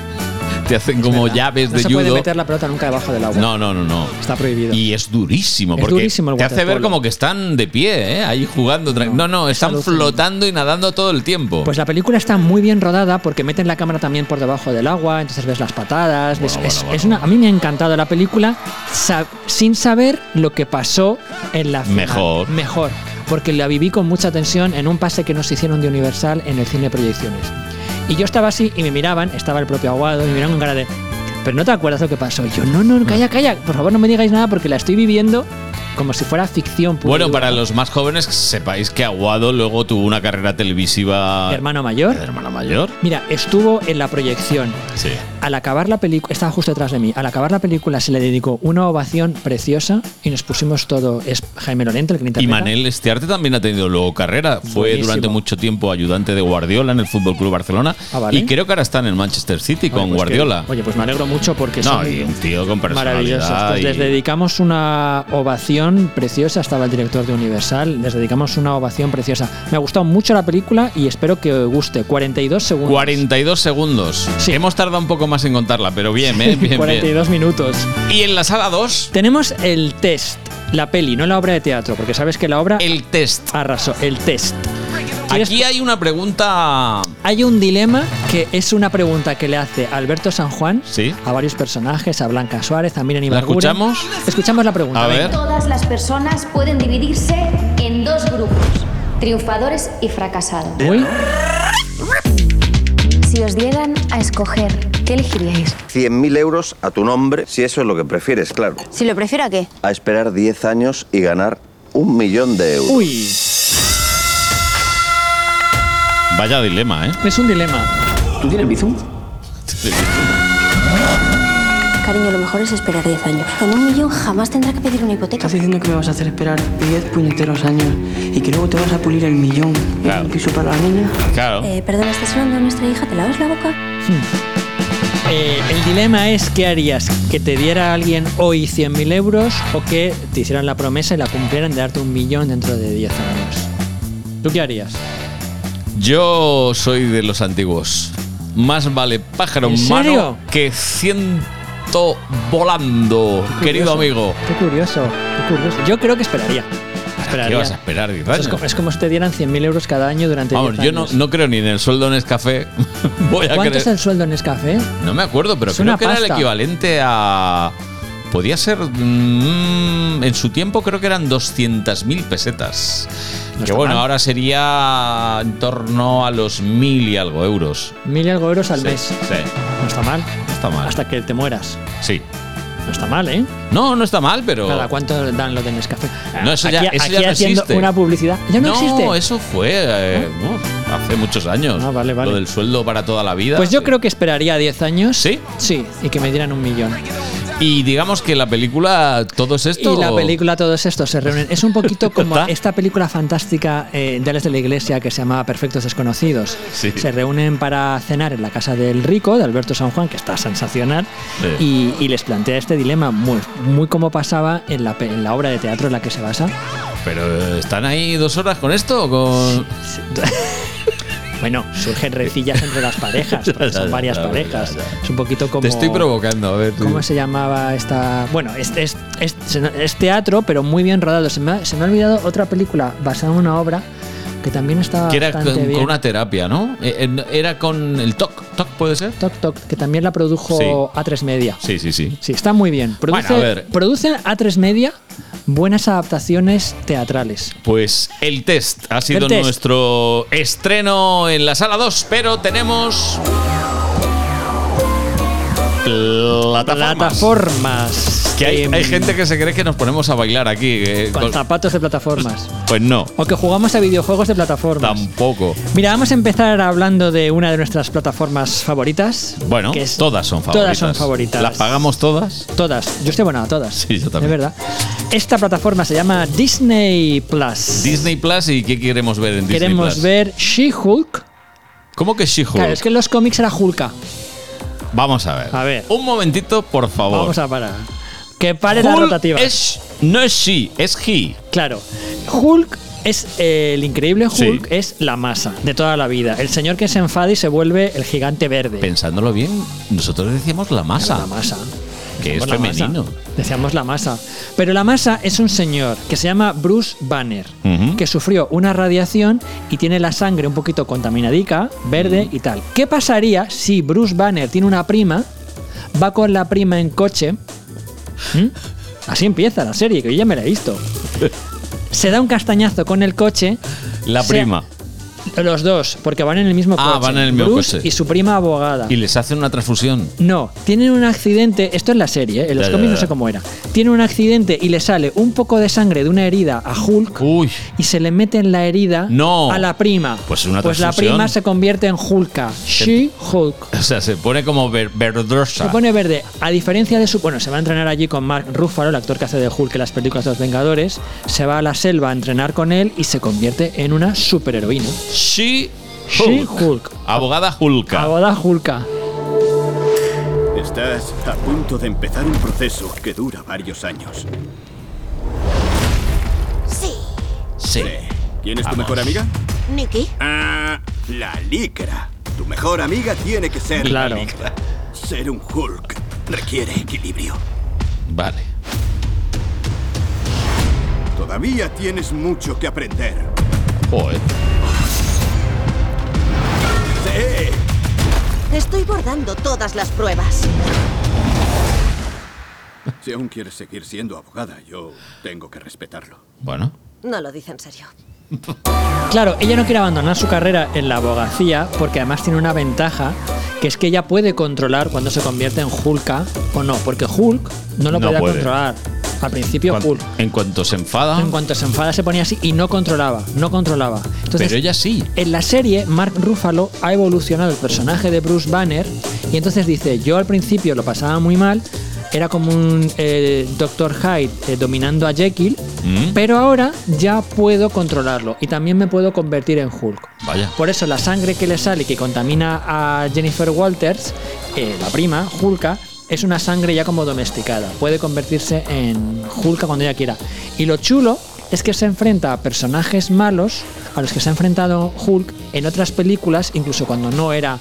te hacen como llaves No de se judo. puede meter la pelota nunca debajo del agua. No, no, no, no. Está prohibido. Y es durísimo, Es porque durísimo el te hace ver waterpolo. como que están de pie, ¿eh? ahí jugando. tra- No, no, están alucinante. flotando y nadando todo el tiempo. Pues la película está muy bien rodada porque meten la cámara también por debajo del agua, entonces ves las patadas. ves- es, es una, a mí me ha encantado la película sa- sin saber lo que pasó en la final. Mejor. Mejor. Porque la viví con mucha tensión en un pase que nos hicieron de Universal en el cine Proyecciones. Y yo estaba así y me miraban, estaba el propio Aguado, y me miraban con cara de. Pero no te acuerdas lo que pasó. Y yo, no, no, calla, calla, por favor no me digáis nada porque la estoy viviendo como si fuera ficción. pura y bueno, dura". para los más jóvenes, sepáis que Aguado luego tuvo una carrera televisiva. Hermano mayor. Hermano mayor. Mira, estuvo en la proyección. Sí. Al acabar la película, estaba justo detrás de mí, al acabar la película se le dedicó una ovación preciosa y nos pusimos todo, es Jaime Lorente el que Y interpreta. Manel Estiarte también ha tenido luego carrera. Fue Buenísimo. durante mucho tiempo ayudante de Guardiola en el Fútbol Club Barcelona. Ah, vale. Y creo que ahora está en el Manchester City Oye, con pues Guardiola. que- oye, pues me alegro mucho porque no, son y un tío con maravillosos. personalidad. Pues y- les dedicamos una ovación preciosa, estaba el director de Universal, les dedicamos una ovación preciosa. Me ha gustado mucho la película y espero que os guste. 42 segundos. 42 segundos. Hemos tardado un poco más en contarla, pero bien, ¿eh? Bien, bien. 42 minutos. Y en la sala 2 tenemos el test, la peli, no la obra de teatro, porque sabes que la obra El test. Arrasó, el test. Aquí hay una pregunta. Hay un dilema que es una pregunta que le hace Alberto San Juan Sí. a varios personajes, a Blanca Suárez, a Miriam ¿La Ibargura. escuchamos? Escuchamos la pregunta. A venga. ver. Todas las personas pueden dividirse en dos grupos, triunfadores y fracasados. Uy, Si os dieran a escoger, ¿qué elegiríais? 100.000 euros a tu nombre, si eso es lo que prefieres, claro. Si lo prefiero, ¿a qué? A esperar 10 años y ganar un millón de euros. Uy. Vaya dilema, ¿eh? es un dilema. ¿Tú tienes bizum? Cariño, lo mejor es esperar 10 años. Con un millón jamás tendrá que pedir una hipoteca. Estás diciendo que me vas a hacer esperar 10 puñeteros años y que luego te vas a pulir el millón. Claro. ¿Un piso para la niña? Claro. Eh, perdona, ¿estás hablando a nuestra hija? ¿Te lavas la boca? Eh, el dilema es qué harías, que te diera alguien hoy 100.000 euros o que te hicieran la promesa y la cumplieran de darte un millón dentro de 10 años. ¿Tú qué harías? Yo soy de los antiguos. Más vale pájaro ¿En en mano serio? que ciento volando, Qué querido curioso, amigo. Ah, Qué curioso, qué curioso. Yo creo que esperaría. ¿Qué Esperaría. vas a esperar? diez Eso es, años? como, es como si te dieran 100.000 euros cada año durante Vamos, 10 yo no, años. no creo ni en el sueldo en café. Voy a ¿Cuánto es creer. el sueldo en Nescafé? No me acuerdo, pero Es creo una que era el pasta. equivalente a. Podía ser. mm, en su tiempo creo que eran 200.000 pesetas. que bueno, ahora sería en torno a los mil y algo euros. Mil y algo euros al Sí, mes. sí, No está mal. no está mal. Hasta que te mueras. Sí. No está mal, ¿eh? No, no está mal, pero. Nada, ¿cuánto dan lo de Nescafé? No, eso ya- aquí, eso aquí ya no haciendo existe. una publicidad. Ya no, existe. eso fue eh, uf, hace muchos años. Ah, vale, vale. Lo del sueldo para toda la vida. Pues yo creo que esperaría 10 años. ¿Sí? Sí, y que me dieran un millón. Y digamos que la película, todo es esto. Y la película, todos estos se reúnen. Es un poquito como ¿Está? esta película fantástica eh, de Alex de la Iglesia que se llama Perfectos Desconocidos. Sí. Se reúnen para cenar en la casa del rico, de Alberto San Juan, que está sensacional, Sí. y, y les plantea este dilema muy, muy como pasaba en la, pe- en la obra de teatro en la que se basa. Pero eh, ¿están ahí dos horas con esto? o Con... Bueno, surgen recillas entre las parejas, porque son varias parejas. Es un poquito como... Te estoy provocando, a ver. tú. ¿Cómo se llamaba esta.? Bueno, es, es- es- se no- es teatro, pero muy bien rodado. Se me, ha, se me ha olvidado otra película basada en una obra que también estaba. Que era con, bastante con bien. una terapia, ¿no? Eh, eh, Era con el TOC. ¿TOC puede ser? Toc Toc, que también la produjo Sí. A3 Media. Sí, sí, sí. Sí, está muy bien. Produce, Bueno, a ver. Producen A3 Media buenas adaptaciones teatrales. Pues el test ha sido test. nuestro estreno en la sala 2, pero tenemos Plataformas. Plataformas. Que hay, Em, hay gente que se cree que nos ponemos a bailar aquí. eh, Con con- zapatos de plataformas. pues no, O que jugamos a videojuegos de plataformas. tampoco. Mira, vamos a empezar hablando de una de nuestras plataformas favoritas. Bueno, que es- todas son favoritas. Todas son favoritas. ¿Las pagamos todas? Todas. Yo estoy bueno a todas. Sí, yo también. Es verdad. Esta plataforma se llama Disney Plus. Disney Plus y qué queremos ver en Disney Queremos Plus. ver She-Hulk. ¿Cómo que She-Hulk? Claro, es que en los cómics era Hulka. Vamos a ver. A ver. Un momentito, por favor. Vamos a parar. Que pare la Hulk rotativa. es- no es she, es he. Claro. Hulk es eh, el increíble Hulk, Sí. es la masa de toda la vida. El señor que se enfada y se vuelve el gigante verde. Pensándolo bien, nosotros decíamos la masa. La masa. Que es Decíamos la masa. femenino. Decíamos la masa. Pero la masa es un señor que se llama Bruce Banner, Ujú. que sufrió una radiación y tiene la sangre un poquito contaminadica, verde y tal. ¿Qué pasaría si Bruce Banner tiene una prima, va con la prima en coche? ¿Mm? Así empieza la serie, que yo ya me la he visto. Se da un castañazo con el coche. La se- prima. Los dos, porque van en el mismo coche. Ah, van en el mismo Bruce coche. Y su prima abogada. Y les hacen una transfusión. No, tienen un accidente. Esto es la serie, ¿eh? en los Ya, ya, cómics no ya. sé cómo era. Tienen un accidente y le sale un poco de sangre de una herida a Hulk y se le mete en la herida No. a la prima. Pues una Pues la transfusión. prima se convierte en Hulka. She-Hulk. O sea, se pone como ver- Se verdrosa. pone verde. A diferencia de su. Bueno, se va a entrenar allí con Mark Ruffalo, el actor que hace de Hulk en las películas de los Vengadores. Se va a la selva a entrenar con él y se convierte en una superheroína. She She-Hulk. Abogada Hulka. Abogada Hulka. Estás a punto de empezar un proceso que dura varios años. Sí, Sí. ¿Quién es Vamos. tu mejor amiga? Nicky. Ah, la licra. Tu mejor amiga tiene que ser Claro. la licra. Ser un Hulk requiere equilibrio. Vale. Todavía tienes mucho que aprender. Joder. Sí. Estoy bordando todas las pruebas. Si aún quieres seguir siendo abogada, yo tengo que respetarlo. Bueno. No lo dice en serio. Claro, ella no quiere abandonar su carrera en la abogacía porque además tiene una ventaja que es que ella puede controlar cuando se convierte en Hulka o no, porque Hulk no lo No podía puede. controlar. Al principio Cuan- Hulk, En cuanto se enfada. en cuanto se enfada, se ponía así y no controlaba, no controlaba. Entonces, pero ella sí. en la serie, Mark Ruffalo ha evolucionado el personaje de Bruce Banner y entonces dice, yo al principio lo pasaba muy mal, era como un eh, Dr. Hyde eh, dominando a Jekyll, Mm. pero ahora ya puedo controlarlo y también me puedo convertir en Hulk. Vaya. Por eso la sangre que le sale y que contamina a Jennifer Walters, eh, la prima, Hulka, es una sangre ya como domesticada. Puede convertirse en Hulka cuando ella quiera. Y lo chulo es que se enfrenta a personajes malos a los que se ha enfrentado Hulk en otras películas, incluso cuando no era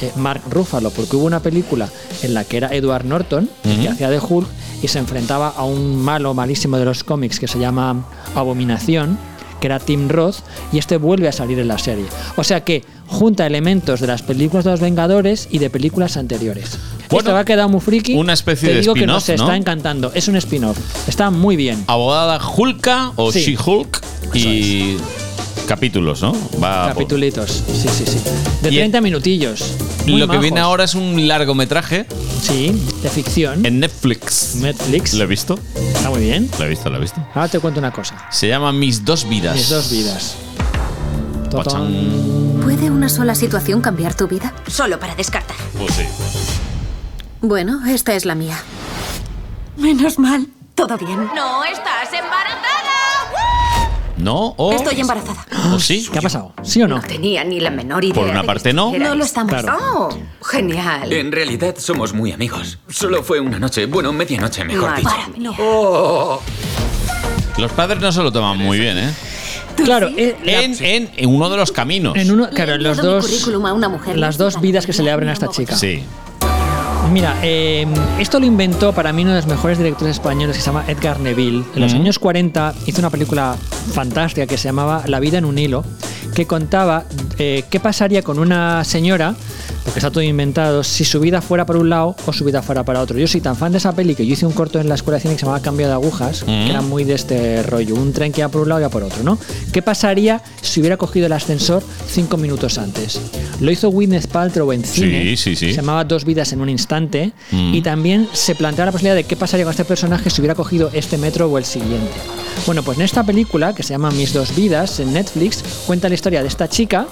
eh, Mark Ruffalo, porque hubo una película en la que era Edward Norton, el que Ujú. hacía de Hulk, y se enfrentaba a un malo malísimo de los cómics que se llama Abominación, que era Tim Roth, y este vuelve a salir en la serie. O sea que junta elementos de las películas de los Vengadores y de películas anteriores. Esto va a quedar muy friki. una especie Te de digo que nos spin-off, ¿no? está encantando. Es un spin-off. Está muy bien. Abogada Hulka o Sí. She-Hulk. Y. Capítulos, ¿no? Va por- Capitulitos. Sí, sí, sí. De Ah, pues. Y- 30 minutillos. Muy Lo que viene majos. ahora es un largometraje Sí, de ficción. en Netflix. Netflix. ¿Lo he visto? Está muy bien. Lo he visto, lo he visto. Ahora te cuento una cosa. Se llama Mis dos vidas. Mis dos vidas. Pachán. ¿Puede una sola situación cambiar tu vida? Solo para descartar. Pues sí. Bueno, esta es la mía. Menos mal. ¿Todo bien? No, estás embarazada. No, o. Estoy embarazada. ¿O sí? ¿Qué ha pasado? ¿Sí o no? Tenía ni la menor idea. Por una de parte, que no. No lo estamos. Claro. Oh, genial. En realidad somos muy amigos. Solo fue una noche, bueno, medianoche, mejor Madre dicho. mía. Oh. Los padres no se lo toman muy bien, ¿eh? Claro, eh, la- En, en- en uno de los caminos. en uno, claro, Le he los enviado mi dos, currículum a una mujer las dos vidas que se le abren a esta chica. Sí. Mira, eh, esto lo inventó para mí uno de los mejores directores españoles que se llama Edgar Neville. En los Ujú. años 40 hizo una película fantástica que se llamaba La vida en un hilo, que contaba eh, qué pasaría con una señora porque está todo inventado, si su vida fuera para un lado o su vida fuera para otro. Yo soy tan fan de esa peli que yo hice un corto en la escuela de cine que se llamaba Cambio de Agujas, Mm. que era muy de este rollo, un tren que iba por un lado y iba por otro, ¿no? ¿Qué pasaría si hubiera cogido el ascensor cinco minutos antes? Lo hizo Gwyneth Paltrow en cine, sí, sí. se llamaba Dos vidas en un instante, Mm. y también se plantea la posibilidad de qué pasaría con este personaje si hubiera cogido este metro o el siguiente. Bueno, pues en esta película, que se llama Mis dos vidas, en Netflix, cuenta la historia de esta chica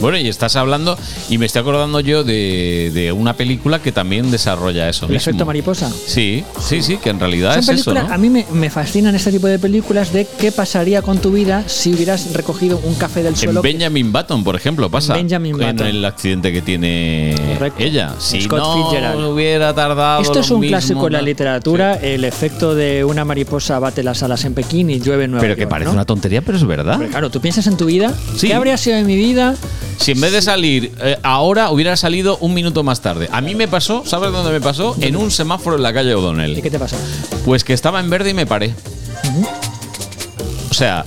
Bueno, y estás hablando, y me estoy acordando yo de, de una película que también desarrolla eso El mismo. efecto mariposa. Sí, sí, sí, que en realidad Son es eso, películas- ¿no? A mí me, me fascinan este tipo de películas de qué pasaría con tu vida si hubieras recogido un café del En suelo. Benjamin Button, por ejemplo, pasa. Benjamin Button. En el accidente que tiene ella. Si Scott no Fitzgerald. hubiera tardado. Esto es lo un mismo, clásico en la ¿no? literatura, el efecto de una mariposa bate las alas en Pekín y llueve en Nueva Pero que York, parece ¿no? una tontería, pero es verdad. Pero claro, tú piensas en tu vida, Sí. ¿qué habría sido de mi vida? Si en vez de salir eh, ahora hubiera salido un minuto más tarde. A mí me pasó, ¿sabes dónde me pasó? En un semáforo en la calle O'Donnell. ¿Y qué te pasó? Pues que estaba en verde y me paré. O sea,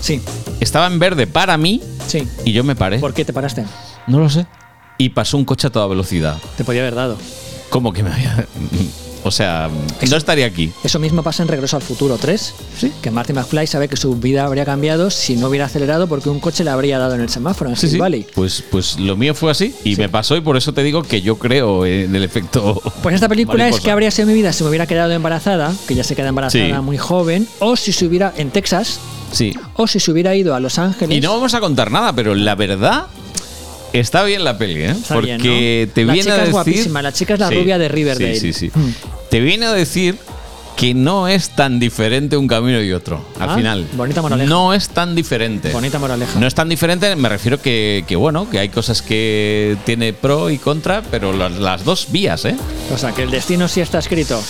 sí. Estaba en verde para mí sí. y yo me paré. ¿Por qué te paraste? No lo sé. Y pasó un coche a toda velocidad. Te podía haber dado. ¿Cómo que me había.? O sea, no estaría aquí. Eso mismo pasa en Regreso al Futuro 3, que Marty McFly sabe que su vida habría cambiado si no hubiera acelerado porque un coche le habría dado en el semáforo, en Sí, Hill sí. Valley. Pues, pues lo mío fue así y me pasó y por eso te digo que yo creo en el efecto. Pues esta película es mariposa. que habría sido mi vida si me hubiera quedado embarazada, que ya se queda embarazada Sí. muy joven, o si se hubiera en Texas, Sí. o si se hubiera ido a Los Ángeles. Y no vamos a contar nada, pero la verdad está bien la peli, ¿eh? Está Porque bien, ¿no? te La viene chica a es decir. guapísima, la chica es la Sí, rubia de Riverdale. Sí, sí, sí. Mm. Te viene a decir que no es tan diferente un camino y otro, al Ah, final. bonita moraleja. No es tan diferente. Bonita moraleja. No es tan diferente, me refiero que, que bueno, que hay cosas que tiene pro y contra, pero las, las dos vías, ¿eh? O sea, que el destino sí está escrito.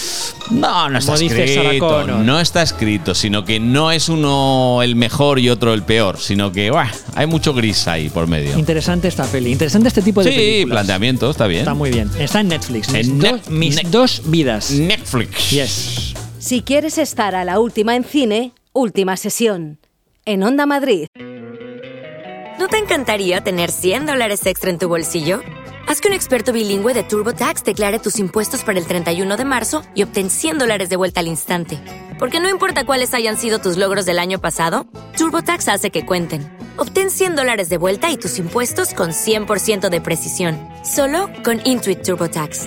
No, no está Como dice Sarah escrito. Connor. No está escrito, sino que no es uno el mejor y otro el peor, sino que ¡buah! hay mucho gris ahí por medio. Interesante esta peli, interesante este tipo de Sí, películas. planteamiento, está bien. Está muy bien. Está en Netflix. Mis, En dos- Net- mis Net- dos vidas. Netflix. Yes. Si quieres estar a la última en cine, última sesión. En Onda Madrid. ¿No te encantaría tener 100 dólares extra en tu bolsillo? Haz que un experto bilingüe de TurboTax declare tus impuestos para el 31 de marzo y obtén 100 dólares de vuelta al instante. Porque no importa cuáles hayan sido tus logros del año pasado, TurboTax hace que cuenten. Obtén 100 dólares de vuelta y tus impuestos con 100% de precisión, solo con Intuit TurboTax.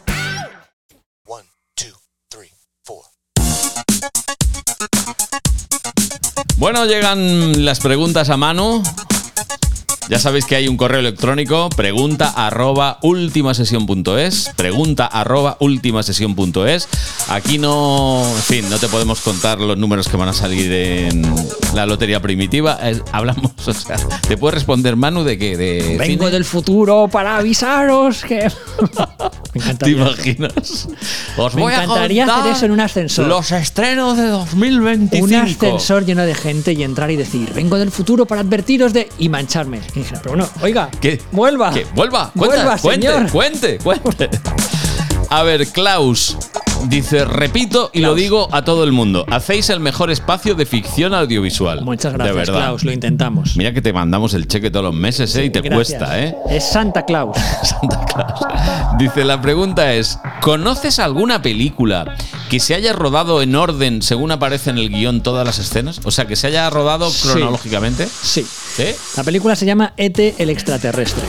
One, two, three, four. Bueno, llegan las preguntas a mano. Ya sabéis que hay un correo electrónico, pregunta arroba ultimasesión.es, pregunta arroba ultimasesión.es. Aquí no, en fin, no te podemos contar los números que van a salir en la lotería primitiva. Eh, hablamos, o sea, te puede responder Manu de que de Vengo cine? del futuro para avisaros que. Me ¿Te encantaría. imaginas? Os Me voy a encantaría contar hacer eso en un ascensor. Los estrenos de 2025. Un ascensor lleno de gente y entrar y decir, vengo del futuro para advertiros de. y mancharme. Y dijera, pero bueno, oiga, ¿Qué? vuelva. Que vuelva, cuenta, Vuelva, cuente, señor. cuente, cuente. A ver, Klaus dice, repito y lo digo a todo el mundo, hacéis el mejor espacio de ficción audiovisual. Muchas de gracias, verdad. Klaus, lo intentamos. Mira que te mandamos el cheque todos los meses, ¿eh? y te Gracias. cuesta, ¿eh? Es Santa Claus. Dice, la pregunta es, ¿conoces alguna película que se haya rodado en orden según aparece en el guión todas las escenas? O sea, que se haya rodado Sí. cronológicamente. Sí. ¿Sí? La película se llama E.T. el extraterrestre,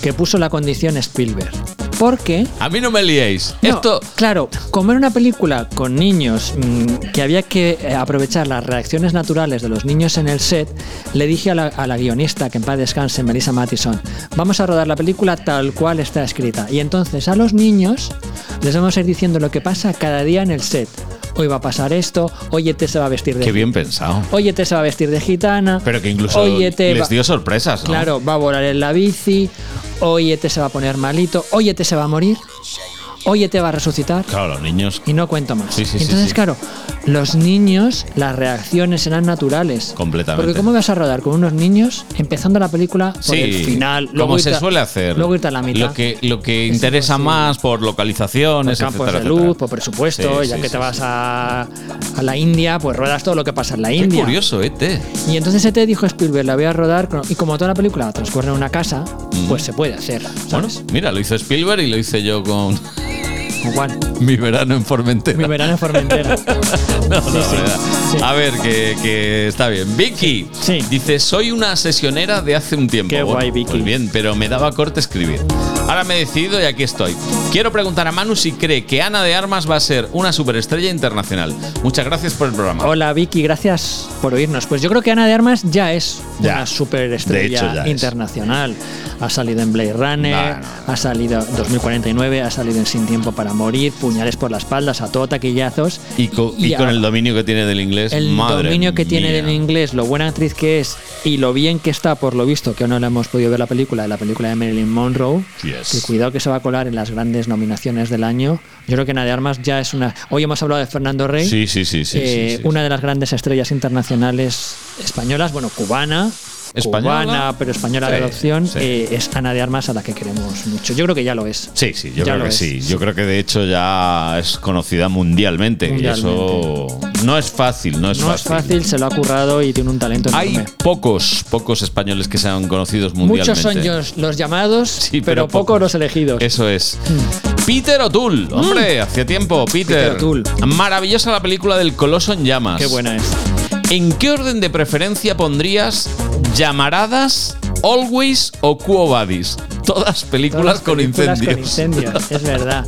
que puso la condición Spielberg. Porque A mí no me liéis. No, Esto... claro, como era una película con niños mm, que había que eh, aprovechar las reacciones naturales de los niños en el set, le dije a la, a la guionista, que en paz descanse, Melissa Mattison, vamos a rodar la película tal cual está escrita. Y entonces a los niños les vamos a ir diciendo lo que pasa cada día en el set. Hoy va a pasar esto, hoy ET se va a vestir de Qué bien pensado. Oye, te se va a vestir de gitana. Pero que incluso Oye, te va- les dio sorpresas, ¿no? Claro, va a volar en la bici. Oye, te se va a poner malito. Oye, te se va a morir. oye, te va a resucitar. Claro, los niños. Y no cuento más. Sí, sí, sí, Entonces, sí. claro, los niños, las reacciones serán naturales. Completamente. Porque ¿cómo vas a rodar con unos niños empezando la película por el final? luego como irte se a- suele hacer. Luego irte a la mitad. Lo que, lo que interesa más por localizaciones, Por campos etcétera, de etcétera. luz, por presupuesto, Sí, ya sí, que sí, te vas sí. a, a la India, pues ruedas todo lo que pasa en la Qué India. curioso, ¿eh? Te? Y entonces te dijo Spielberg, la voy a rodar, con- y como toda la película transcurre en una casa, pues se puede hacer. Bueno, mira, lo hizo Spielberg y lo hice yo con. Juan. Mi verano en Formentera. Mi verano en Formentera. No, no, ¿verdad? A ver, que, que está bien. Vicky dice: Soy una sesionera de hace un tiempo. Qué guay, Vicky. Pues bien, pero me daba corte escribir. Ahora me he decidido y aquí estoy. Quiero preguntar a Manu si cree que Ana de Armas va a ser una superestrella internacional. Muchas gracias por el programa. Hola Vicky, gracias por oírnos. Pues yo creo que Ana de Armas ya es Ya. una De hecho, ya superestrella es. internacional. Ha salido en Blade Runner, No, no, ha salido en 2049, ha salido en Sin Tiempo para Morir, Puñales por la espalda, a todo taquillazos. Y, co- y y con a- el dominio que tiene del inglés, El madre. dominio que tiene mía. del inglés, lo buena actriz que es y lo bien que está, por lo visto, que aún no la hemos podido ver la película, la película de Marilyn Monroe. Yes. Que cuidado que se va a colar en las grandes nominaciones del año. Yo creo que Ana de Armas ya es una. Hoy hemos hablado de Fernando Rey. Sí, sí, sí, sí, eh, sí, sí. Una de las grandes estrellas internacionales españolas, bueno, cubana. Española. Cubana, pero española de Sí, adopción. sí. eh, es Ana de Armas a la que queremos mucho. Yo creo que ya lo es. Sí, sí, yo Ya creo lo que es. sí. Yo creo que de hecho ya es conocida mundialmente. Mundialmente. Y eso no es fácil, no es no fácil. es fácil, se lo ha currado y tiene un talento Hay enorme. pocos, pocos españoles que sean conocidos mundialmente. Muchos son los, los llamados, pero, pero pocos los elegidos. Eso es. Peter O'Toole, hombre, hacía tiempo, Peter. Mm. Peter O'Toole. Maravillosa la película del Coloso en llamas. Qué buena es. ¿En qué orden de preferencia pondrías Llamaradas, Always o Quo Vadis? Todas películas, Todas películas con incendios. Con incendios, es verdad.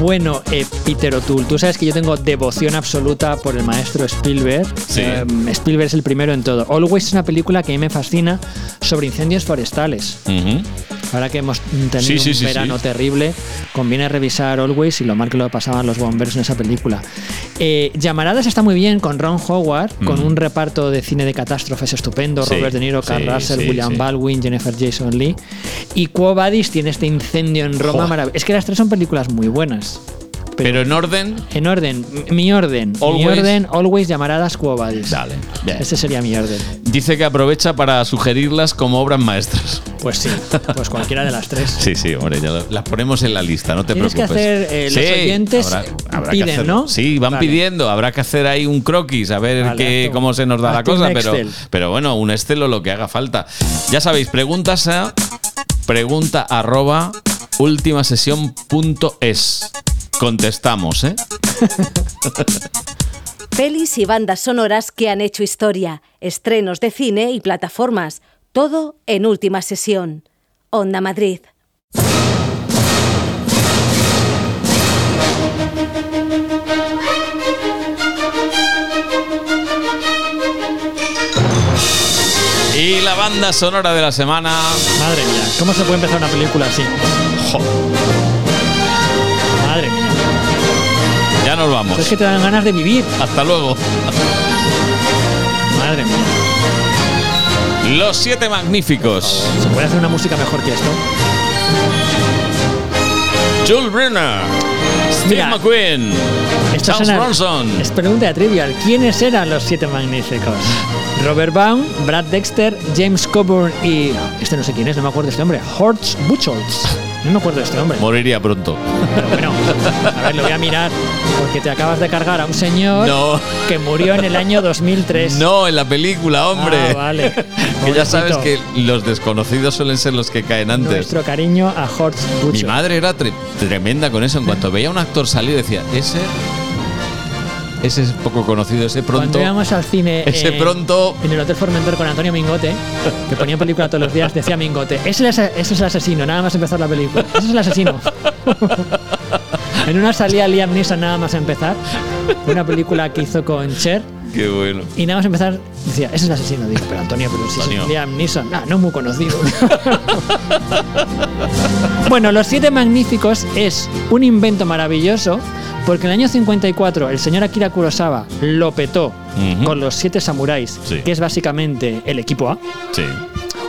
Bueno, eh, Peter O'Toole, tú sabes que yo tengo devoción absoluta por el maestro Spielberg. Sí. Em, Spielberg es el primero en todo. Always es una película que a mí me fascina sobre incendios forestales. Ujú. Ahora que hemos tenido Sí, sí, un sí, verano sí. terrible, conviene revisar Always y lo mal que lo pasaban los bomberos en esa película. Eh, Llamaradas está muy bien con Ron Howard, con un reparto de cine de catástrofes estupendo, Mm. Sí, Robert De Niro, Carl sí, Russell, sí, William sí. Baldwin, Jennifer Jason Lee. Y Quo Vadis tiene este incendio en Roma Joder. maravilloso. Es que las tres son películas muy buenas. Pero, en orden. En orden, m- mi orden. Mi Always. orden, Always Llamaradas Quo Vadis. Dale. bien. Ese sería mi orden. Dice que aprovecha para sugerirlas como obras maestras. Pues sí, pues cualquiera de las tres. Sí, sí, hombre, ya lo- las ponemos en la lista, no te Tienes que preocupes. hacer, eh, los oyentes piden, hacer- ¿no? Sí, van Vale. pidiendo, habrá que hacer ahí un croquis, a ver Vale, qué, hazte un- cómo se nos da la hazte un cosa, pero, Excel. pero bueno, un Excel o lo que haga falta. Ya sabéis, preguntas a pregunta arroba ultimasesión.es. Contestamos, ¿eh? Pelis y bandas sonoras que han hecho historia, estrenos de cine y plataformas, todo en última sesión. Onda Madrid. Y la banda sonora de la semana. Madre mía, ¿cómo se puede empezar una película así? Madre mía. Ya nos vamos. Es Pues que te dan ganas de vivir. Hasta luego. Madre mía. Los siete magníficos. ¿Se puede hacer una música mejor que esto? Jules Brunner. Steve Mira, McQueen. Esto Charles suena- Bronson. Es pregunta de trivial. ¿Quiénes eran los siete magníficos? Robert Baum, Brad Dexter, James Coburn y. Este no sé quién es, no me acuerdo de este hombre. Hortz Buchholz. No me acuerdo de este hombre. Moriría pronto. Pero bueno, a ver, lo voy a mirar. Porque te acabas de cargar a un señor No. que murió en el año 2003. No, en la película, hombre. Ah, vale. Que ya Pobrecito. sabes que los desconocidos suelen ser los que caen antes. Nuestro cariño a Hortz Mi Buchholz. madre era tre- tremenda con eso. En cuanto veía a un actor salir, decía, ese. Ese es poco conocido, ese Cuando pronto. íbamos al cine. Ese pronto. En el Hotel Formentor con Antonio Mingote, que ponía película todos los días, decía Mingote: ese es, ese es el asesino, nada más empezar la película. Ese es el asesino. en una salía Liam Neeson, nada más empezar. Una película que hizo con Cher. Qué bueno. Y nada más empezar, decía: Ese es el asesino. Digo, pero Antonio, pero si es Antonio. Liam Neeson. Ah, no es muy conocido. Bueno, Los Siete Magníficos es un invento maravilloso porque en el año 54 el señor Akira Kurosawa lo petó Ujú. con Los Siete Samuráis, Sí. que es básicamente el equipo A. Sí.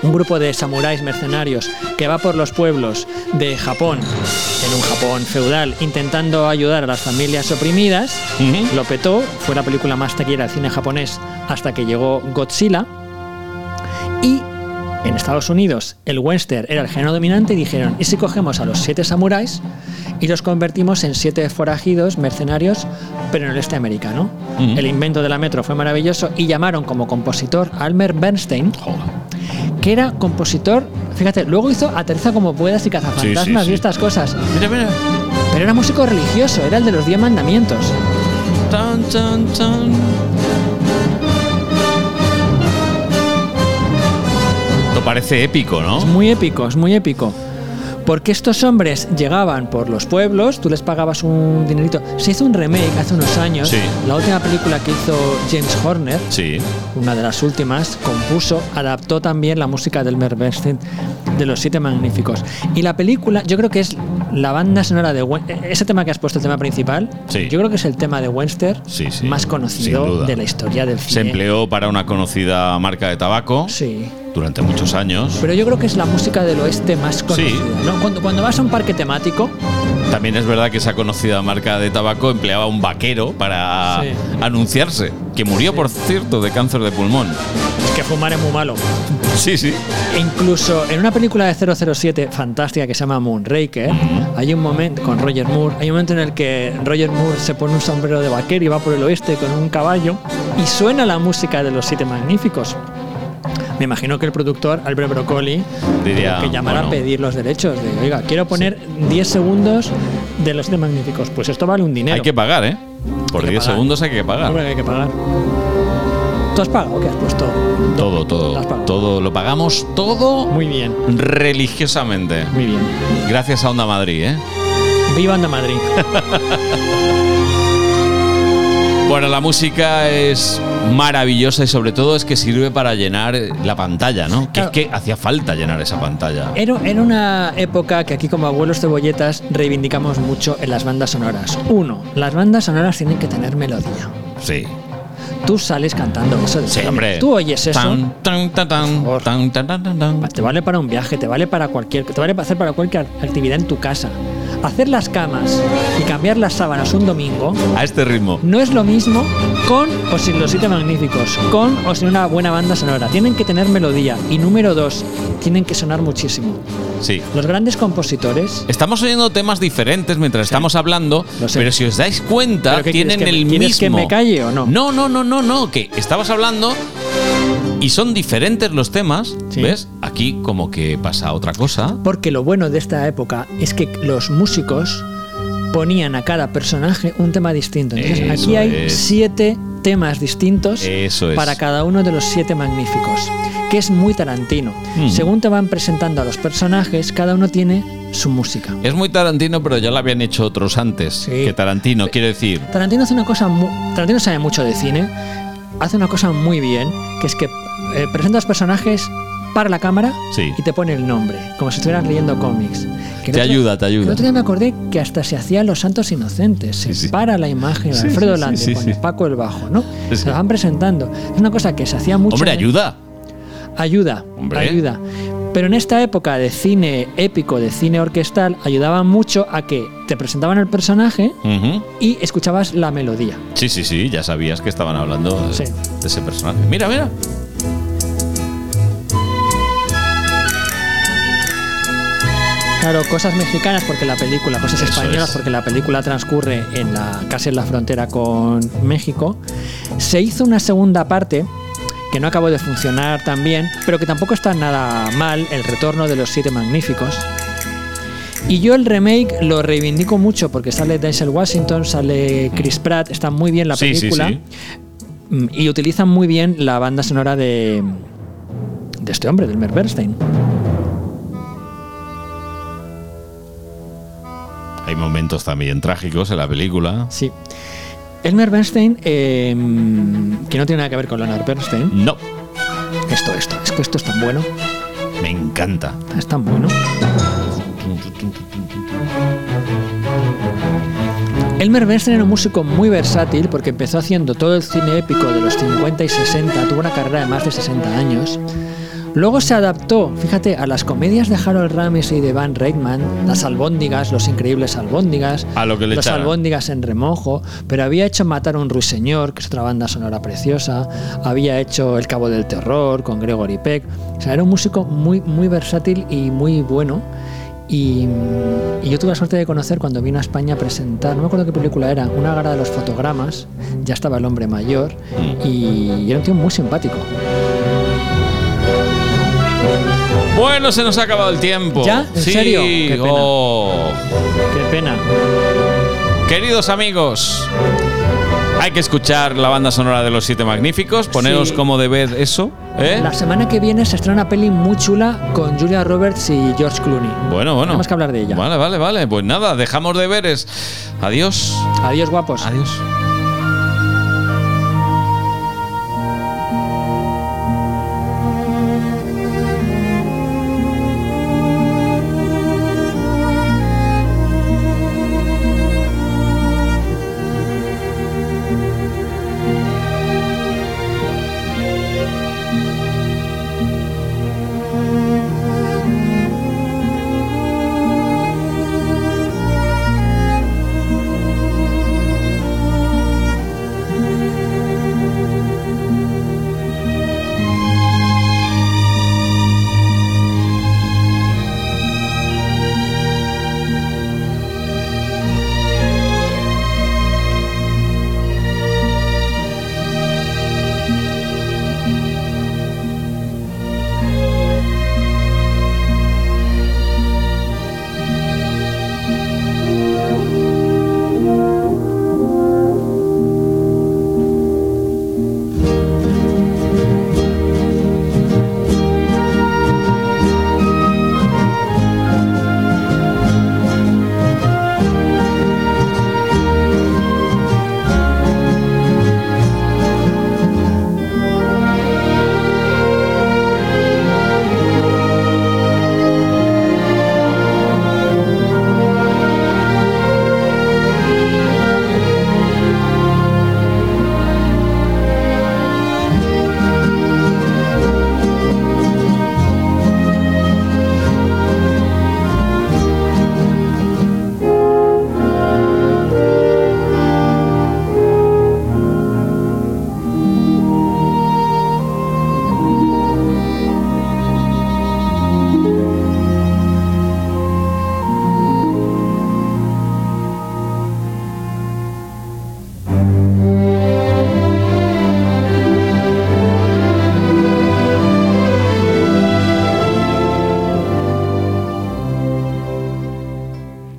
un grupo de samuráis mercenarios que va por los pueblos de Japón, en un Japón feudal, intentando ayudar a las familias oprimidas. Lo petó, fue la película más taquillera del cine japonés hasta que llegó Godzilla. Y en Estados Unidos el western era el género dominante y dijeron, ¿y si cogemos a los siete samuráis y los convertimos en siete forajidos mercenarios, pero en el este americano? Ujú. El invento de la metro fue maravilloso y llamaron como compositor a Almer Bernstein, que era compositor, fíjate, luego hizo Aterriza como puedas y Sí, sí, Cazafantasmas sí. y estas cosas. Mira, mira. Pero era músico religioso, era el de los diez mandamientos. Tan, tan, tan. Esto parece épico, ¿no? Es muy épico, es muy épico. Porque estos hombres llegaban por los pueblos, tú les pagabas un dinerito. Se hizo un remake hace unos años. Sí. La última película que hizo James Horner, Sí. una de las últimas, compuso, adaptó también la música del Merbenstein de Los Siete Magníficos. Y la película, yo creo que es la banda sonora de... Wen- e- Ese tema que has puesto, el tema principal, Sí. yo creo que es el tema de Webster Sí, sí. más Sin conocido duda. de la historia del Se cine. empleó para una conocida marca de tabaco Sí. durante muchos años. Pero yo creo que es la música del oeste más conocida. ¿no? Cuando, cuando vas a un parque temático, También es verdad que esa conocida marca de tabaco empleaba a un vaquero para Sí. anunciarse, que murió, por cierto, de cáncer de pulmón. es que fumar es muy malo. Sí, sí. E incluso en una película de 007 fantástica que se llama Moonraker, hay un momento con Roger Moore, hay un momento en el que Roger Moore se pone un sombrero de vaquero y va por el oeste con un caballo y suena la música de los Siete Magníficos. Me imagino que el productor, Albert Broccoli, Diría, que llamará bueno. a pedir los derechos. De, Oiga, quiero poner 10 segundos de los Siete Magníficos. Pues esto vale un dinero. Hay que pagar, ¿eh? Por 10 pagar. segundos hay que pagar. Hombre, hay que pagar. ¿Tú has pagado? ¿Qué has puesto? Todo, todo. Todo lo pagamos todo. Muy bien. religiosamente. Muy bien. Gracias a Onda Madrid, ¿eh? Viva Anda Madrid. Bueno, la música es maravillosa y sobre todo es que sirve para llenar la pantalla, ¿no? Que es que hacía falta llenar esa pantalla. Era, era una época que aquí como abuelos cebolletas reivindicamos mucho en las bandas sonoras. Uno, las bandas sonoras tienen que tener melodía. Sí. Tú sales cantando eso. de Sí, cine. hombre. Tú oyes eso. Tan, tan, tan, tan, tan, tan, tan, tan, tan. Te vale para un viaje, te vale para cualquier, te vale para hacer para cualquier actividad en tu casa. Hacer las camas y cambiar las sábanas un domingo A este ritmo. no es lo mismo con o sin los siete magníficos, con o sin una buena banda sonora. Tienen que tener melodía y número dos, tienen que sonar muchísimo. Sí. Los grandes compositores Estamos oyendo temas diferentes mientras estamos hablando, pero si os dais cuenta, ¿Pero qué tienen quieres que el me- quieres mismo. que me calle o no? No, no, no, no, no, que estabas hablando y son diferentes los temas, ¿ves? Aquí como que pasa otra cosa. Porque lo bueno de esta época es que los músicos ponían a cada personaje un tema distinto. Entonces Eso aquí hay es. siete temas distintos Eso es. para cada uno de los siete magníficos, que es muy Tarantino. Mm. Según te van presentando a los personajes, cada uno tiene su música. Es muy Tarantino, pero ya lo habían hecho otros antes que Tarantino, quiero decir. Tarantino hace una cosa mu- Tarantino sabe mucho de cine, hace una cosa muy bien, que es que eh, presenta los personajes para la cámara Sí. y te pone el nombre, como si estuvieras leyendo cómics. Que el Te otro- ayuda, te El ayuda. otro día me acordé que hasta se hacían los santos inocentes. Se para la imagen de Sí, Alfredo sí, sí, Lande sí, con sí. el Paco el Bajo, ¿no? Sí, Se sí. lo van presentando. Es una cosa que se hacía mucho. ¿eh? Hombre, en- ayuda. Ayuda, Hombre. ayuda. Pero en esta época de cine épico, de cine orquestal, ayudaba mucho a que te presentaban el personaje Ujú. y escuchabas la melodía. Sí, sí, sí, ya sabías que estaban hablando de, Sí. de ese personaje. Mira, mira. Claro, cosas mexicanas porque la película, cosas Eso españolas es. porque la película transcurre en la casi en la frontera con México. Se hizo una segunda parte que no acabó de funcionar tan bien, pero que tampoco está nada mal, el retorno de los siete magníficos. Y yo el remake lo reivindico mucho porque sale Denzel Washington, sale Chris Pratt, está muy bien la Sí, sí, película. sí. Mm, Y utilizan muy bien la banda sonora de, de este hombre, del Mer Bernstein. Hay momentos también trágicos en la película. Sí. Elmer Bernstein, eh, que no tiene nada que ver con Leonard Bernstein. No. Esto, esto, es que esto es tan bueno. Me encanta. Es tan bueno. Elmer Bernstein era un músico muy versátil porque empezó haciendo todo el cine épico de los 50 y 60, tuvo una carrera de más de 60 años. Luego se adaptó, fíjate, a las comedias de Harold Ramis y de Van Reitman, las albóndigas, los increíbles albóndigas, A lo que le los echaran. albóndigas en remojo, pero había hecho Matar a un ruiseñor, que es otra banda sonora preciosa, había hecho El Cabo del Terror con Gregory Peck, o sea, era un músico muy, muy versátil y muy bueno. Y, y yo tuve la suerte de conocer cuando vino a España a presentar, no me acuerdo qué película era, una gara de los fotogramas, ya estaba el hombre mayor Mm. y era un tío muy simpático. Bueno, se nos ha acabado el tiempo. ¿Ya? ¿En Sí, serio? Qué pena. oh. Qué pena. Queridos amigos, hay que escuchar la banda sonora de Los Siete Magníficos, poneros Sí. como debed eso. ¿eh? La semana que viene se estrena una peli muy chula con Julia Roberts y George Clooney. Bueno, bueno. Tenemos que hablar de ella. Vale, vale, vale. Pues nada, dejamos deberes. Adiós. Adiós, guapos. Adiós.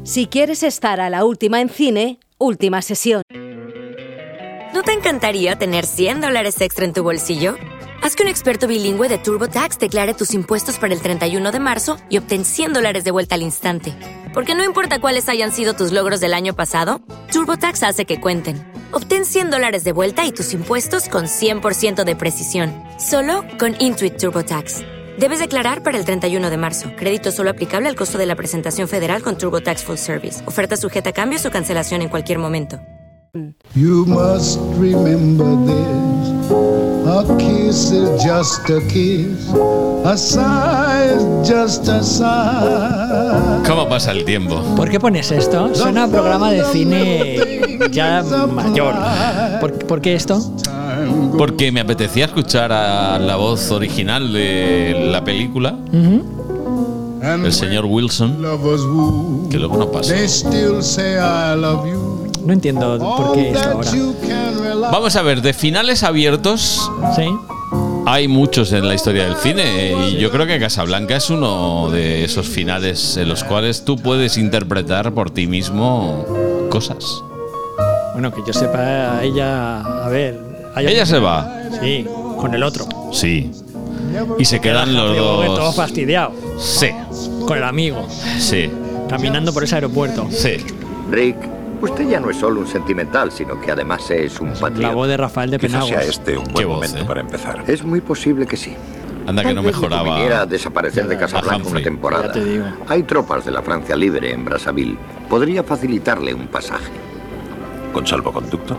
Si quieres estar a la última en cine, última sesión. ¿No te encantaría tener 100 dólares extra en tu bolsillo? Haz que un experto bilingüe de TurboTax declare tus impuestos para el 31 de marzo y obtén 100 dólares de vuelta al instante. Porque no importa cuáles hayan sido tus logros del año pasado, TurboTax hace que cuenten. Obtén 100 dólares de vuelta y tus impuestos con 100% de precisión, solo con Intuit TurboTax. Debes declarar para el 31 de marzo. Crédito solo aplicable al costo de la presentación federal con TurboTax Full Service. Oferta sujeta a cambios o cancelación en cualquier momento. You must remember this. A kiss is just a kiss. A sigh is just a sigh. ¿Cómo pasa el tiempo? ¿Por qué pones esto? Suena a programa de cine ya mayor. ¿Por, por qué esto? Porque me apetecía escuchar a la voz original de la película, el señor Wilson, Lovers woo. que luego no pasó. They still say I love you. No entiendo por qué esto ahora. Vamos a ver, de finales abiertos. Sí. Hay muchos en la historia del cine eh, y yo creo que Casablanca es uno de esos finales en los cuales tú puedes interpretar por ti mismo cosas. Bueno, que yo sepa, ella. A ver. hay Ella algún- se va. Sí, con el otro. Sí. Y se quedan los Digo que todo dos. fastidiado. Sí. Con el amigo. Sí. Caminando por ese aeropuerto. Sí. Rick, usted ya no es solo un sentimental, sino que además es un patriota. La voz de Rafael de Quizás Penagos. ¿eh? sea este un buen momento para empezar. Es muy posible que sí. Anda que no mejoraba. a desaparecer de Casablanca una temporada. Hay tropas de la Francia Libre en Brazzaville. Podría facilitarle un pasaje. ¿Con salvoconducto?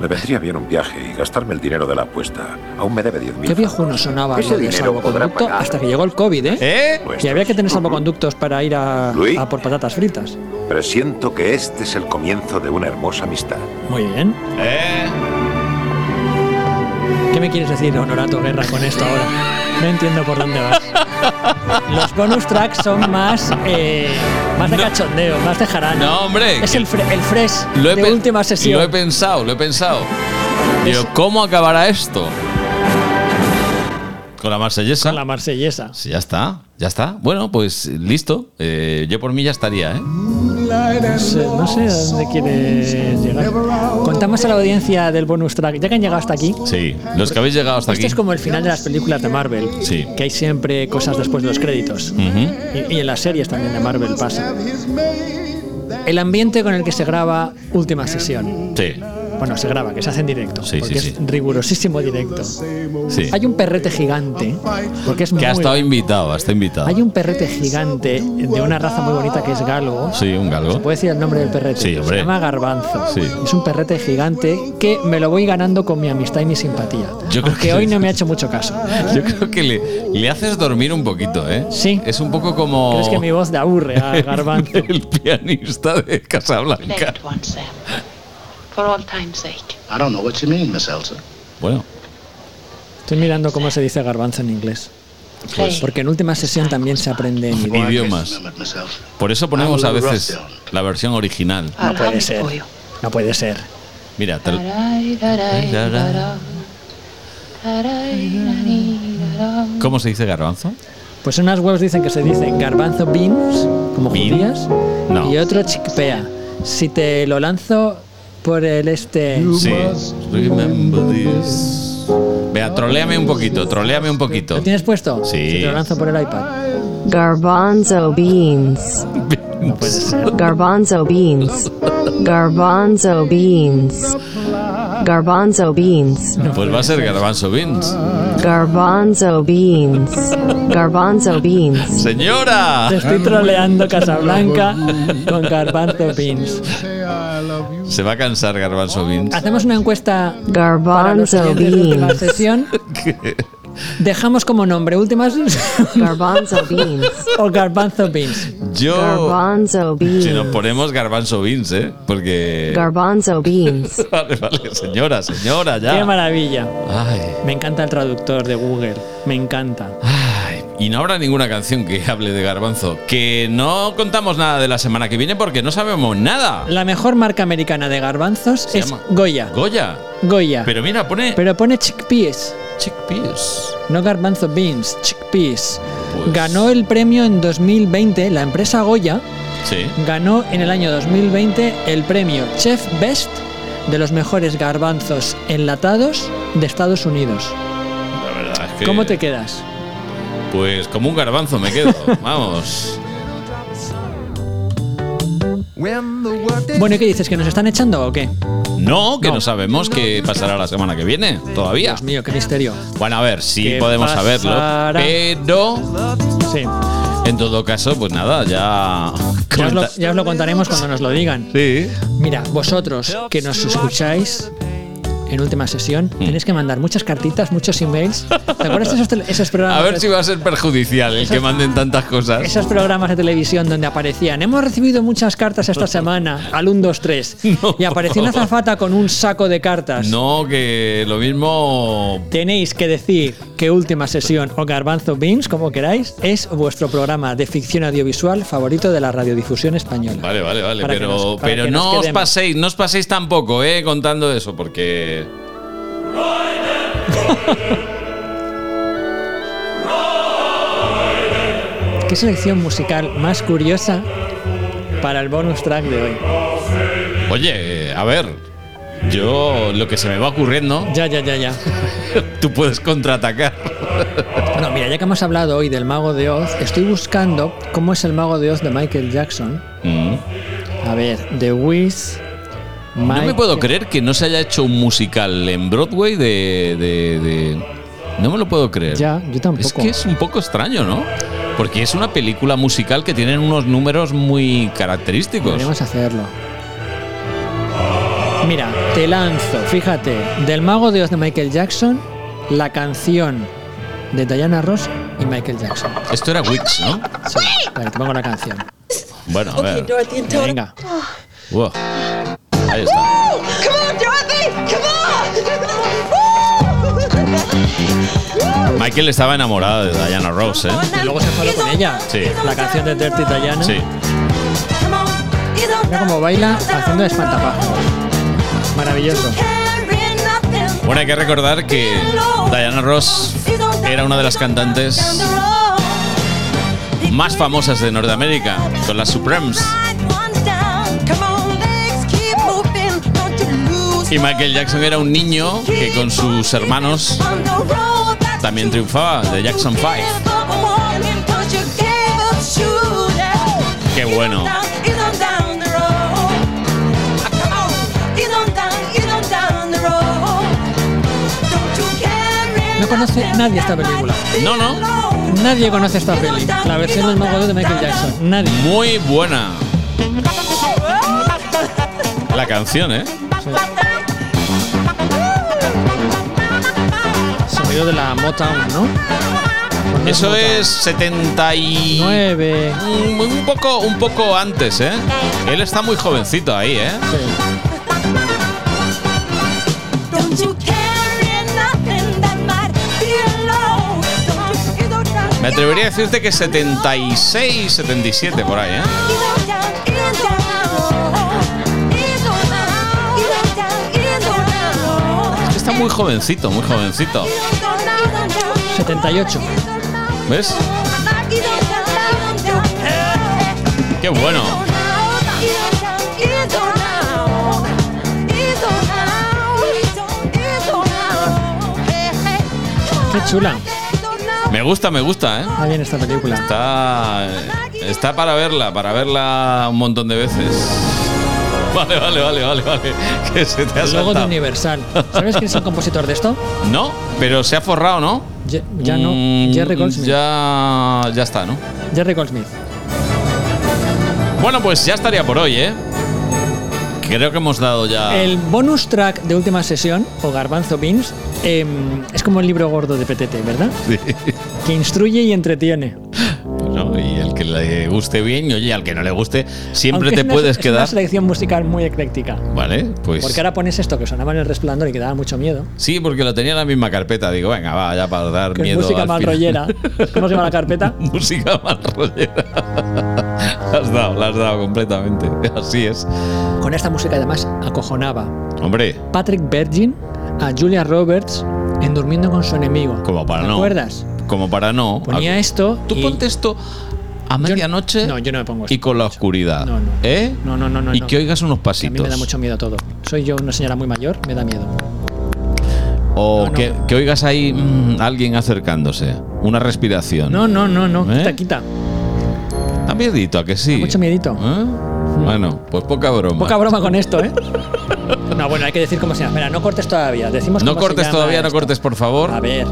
Me vendría bien un viaje y gastarme el dinero de la apuesta. Aún me debe 10.000. Qué viejo no sonaba Ese lo de dinero podrá salvoconducto pagar. hasta que llegó el COVID, ¿eh? Y había que tener salvoconductos para ir a, Luis. a por patatas fritas. Presiento que este es el comienzo de una hermosa amistad. Muy bien. ¿Eh? ¿Qué me quieres decir, Honorato Guerra, con esto ahora? No entiendo por dónde vas. Los bonus tracks son más, eh, más de cachondeo, más de jarana. No, hombre. Es el, fre- el fresh Lo he de pe- última sesión. Lo he pensado, lo he pensado. Digo, ¿cómo acabará esto? Con la marsellesa. Con la marsellesa. Sí, ya está, ya está. Bueno, pues listo. Eh, yo por mí ya estaría, ¿eh? No sé, no sé a dónde quieres llegar. Contamos a la audiencia del bonus track, ya que han llegado hasta aquí. Sí, los que habéis llegado hasta Esto aquí. Este es como el final de las películas de Marvel, Sí. Mm. que hay siempre cosas después de los créditos. Ujú. Y, y en las series también de Marvel pasa. El ambiente con el que se graba última sesión. Sí, Bueno, se graba, que se hace en directo. Sí, porque sí, es sí. rigurosísimo directo. sí. Hay un perrete gigante, porque es Que ha muy estado invitado, ha estado invitado. Hay un perrete gigante de una raza muy bonita que es galgo. Sí, un ¿Se galgo. puede decir el nombre del perrete? Sí, Se hombre. llama Garbanzo. Sí. Es un perrete gigante que me lo voy ganando con mi amistad y mi simpatía. Yo creo Aunque que- hoy no me ha hecho mucho caso. Yo creo que le, le haces dormir un poquito, ¿eh? Sí. Es un poco como. Crees que mi voz le aburre a Garbanzo. El pianista de Play Casablanca. it once, Sam. For all time's sake. I don't know what you mean, Miss Elsa. Bueno. Estoy mirando cómo se dice garbanzo en inglés. Pues- Porque en última sesión también se aprende en idioma. Idiomas. Por eso ponemos a veces la versión original. No puede ser. No puede ser. Mira, te lo- Eh, Taray, taray, tará. Taray, taray, tará. ¿cómo se dice garbanzo? Pues en unas webs dicen que se dicen garbanzo beans, como judías, No. y otro chickpea. Si te lo lanzo por el este. Sí. Remember this. Vea, troleame un poquito, troleame un poquito. ¿Lo tienes puesto? Sí. Si te lo lanzo por el iPad. Garbanzo beans. Garbanzo beans. Garbanzo beans. Garbanzo beans. Pues va a ser garbanzo beans. Garbanzo beans. Garbanzo beans. Señora. Te estoy troleando Casablanca con garbanzo beans. Se va a cansar garbanzo beans. Hacemos una encuesta para los Garbanzo oyentes de última beans. sesión. Dejamos como nombre últimas Garbanzo beans. o garbanzo beans. Yo. Garbanzo Si nos beans. ponemos garbanzo beans, ¿eh? Porque. Garbanzo beans. Vale, vale, señora, señora, Qué ya. maravilla. Ay, Me encanta el traductor de Google. Me encanta. y no habrá ninguna canción que hable de garbanzo. Que no contamos nada de la semana que viene porque no sabemos nada. La mejor marca americana de garbanzos Se es llama- Goya. Goya. Goya. Pero mira, pone Pero pone chickpeas. Chickpeas. No garbanzo beans, chickpeas. Pues Ganó el premio en 2020 la empresa Goya. Sí. Ganó en el año 2020 el premio Chef Best de los mejores garbanzos enlatados de Estados Unidos. La verdad es que. ¿Cómo te quedas? Pues como un garbanzo me quedo. Vamos. Bueno, ¿y qué dices? ¿Que nos están echando o qué? No, que no, sabemos qué pasará la semana que viene. Todavía. Dios mío, qué misterio. Bueno, a ver, sí ¿Qué podemos saberlo. pasará? Pero. Sí. En todo caso, pues nada, ya. Ya os, lo, comenta- ya os lo contaremos cuando nos lo digan. Sí. Mira, vosotros que nos escucháis en última sesión, Mm. tenéis que mandar muchas cartitas, muchos emails. ¿Te acuerdas de esos, tele- esos programas? A ver de- si va a ser perjudicial el que manden tantas cosas. esos programas de televisión donde aparecían, hemos recibido muchas cartas esta semana, al 1, 2, 3. y apareció una favor. zafata con un saco de cartas. No, que lo mismo. Tenéis que decir que Última Sesión o Garbanzo Beans, como queráis, es vuestro programa de ficción audiovisual favorito de la radiodifusión española. Vale, vale, vale. Para que pero nos- para pero que nos no os quedemos. paséis, no os paséis tampoco, eh, contando eso, porque. ¿Qué selección musical más curiosa para el bonus track de hoy? Oye, eh, a ver. Yo lo que se me va ocurriendo, Ya, ya, ya, ya. tú puedes contraatacar. Bueno, mira, ya que hemos hablado hoy del Mago de Oz, estoy buscando cómo es el Mago de Oz de Michael Jackson. Mm. A ver, The Wiz. No me puedo creer que no se haya hecho un musical en Broadway de. de- de- No me lo puedo creer. Ya, yo tampoco. Es que es un poco extraño, ¿no? Porque es una película musical que tienen unos números muy característicos. Deberíamos hacerlo. Mira, te lanzo, fíjate, del Mago de Oz de Michael Jackson, la canción de Diana Ross y Michael Jackson. Esto era Wix, ¿no? Sí, vale, te pongo la canción. Bueno, a ver. Venga. Wow. Ahí está. Come on, Dorothy! Come on! Michael estaba enamorado de Diana Ross, ¿eh? Y luego se fue con ella. Sí. La canción de Dirty Diana. Sí. Mira cómo baila haciendo espantapájaros. Maravilloso. Bueno, hay que recordar que Diana Ross era una de las cantantes más famosas de Norteamérica, con las Supremes. Y Michael Jackson era un niño que con sus hermanos también triunfaba, de Jackson 5. Qué bueno. No conoce nadie esta película. No, no. Nadie conoce esta peli. La versión del Mago de Oz de Michael Jackson. Nadie. Muy buena la canción, ¿eh? Sonido de la Motown, ¿no? Eso es 79. 9. Un, un poco, un poco antes, ¿eh? Él está muy jovencito ahí, ¿eh? Me atrevería a decirte que 76, 77 por ahí, ¿eh? Está muy jovencito, muy jovencito. 78. ¿Ves? Qué bueno. Qué chula. Me gusta, me gusta, ¿eh? Está bien esta película. Está, está para verla, para verla un montón de veces. Vale, vale, vale, vale, vale. Que se te ha El logo de saltado. Universal. ¿Sabes quién es el compositor de esto? No, pero se ha forrado, ¿no? Ye- ya no. Mm, Jerry Goldsmith. Ya, ya está, ¿no? Jerry Goldsmith. Bueno, pues ya estaría por hoy, ¿eh? Creo que hemos dado ya. El bonus track de última sesión, o Garbanzo Beans, em, es como el libro gordo de PTT, ¿verdad? Sí. Que instruye y entretiene. ¿no? Y el que le guste bien, y oye, al que no le guste, siempre Aunque te es una- puedes es una quedar. selección musical muy ecléctica. Vale, pues. Porque ahora pones esto que sonaba en el resplandor y que daba mucho miedo. Sí, porque lo tenía en la misma carpeta. Digo, venga, va, ya para dar Que es miedo. música al mal final. rollera. ¿Cómo se llama la carpeta? música mal rollera. la has dado, la has dado completamente. Así es. Con esta música además acojonaba Hombre, Patrick Bergin a Julia Roberts en Durmiendo con su enemigo. como para ¿Te no. acuerdas? Como para no. Ponía esto. Tú y- ponte esto a medianoche No, yo no me pongo esto. y con la oscuridad. No, no. ¿Eh? No, no, no, no. y no. que oigas unos Que a pasitos. mí me da mucho miedo todo. Soy yo una señora muy mayor, me da miedo. O No, no. Que, que oigas ahí mm, alguien acercándose. Una respiración. No, no, no, no. ¿Eh? Quita, quita. Da miedito, ¿a que sí? Mucho miedito. ¿Eh? Bueno, pues poca broma. Poca broma con esto, ¿eh? No, bueno, hay que decir cómo se llama. Espera, no cortes todavía. Decimos no cómo se cortes llama todavía, no esto. cortes, por favor. A ver.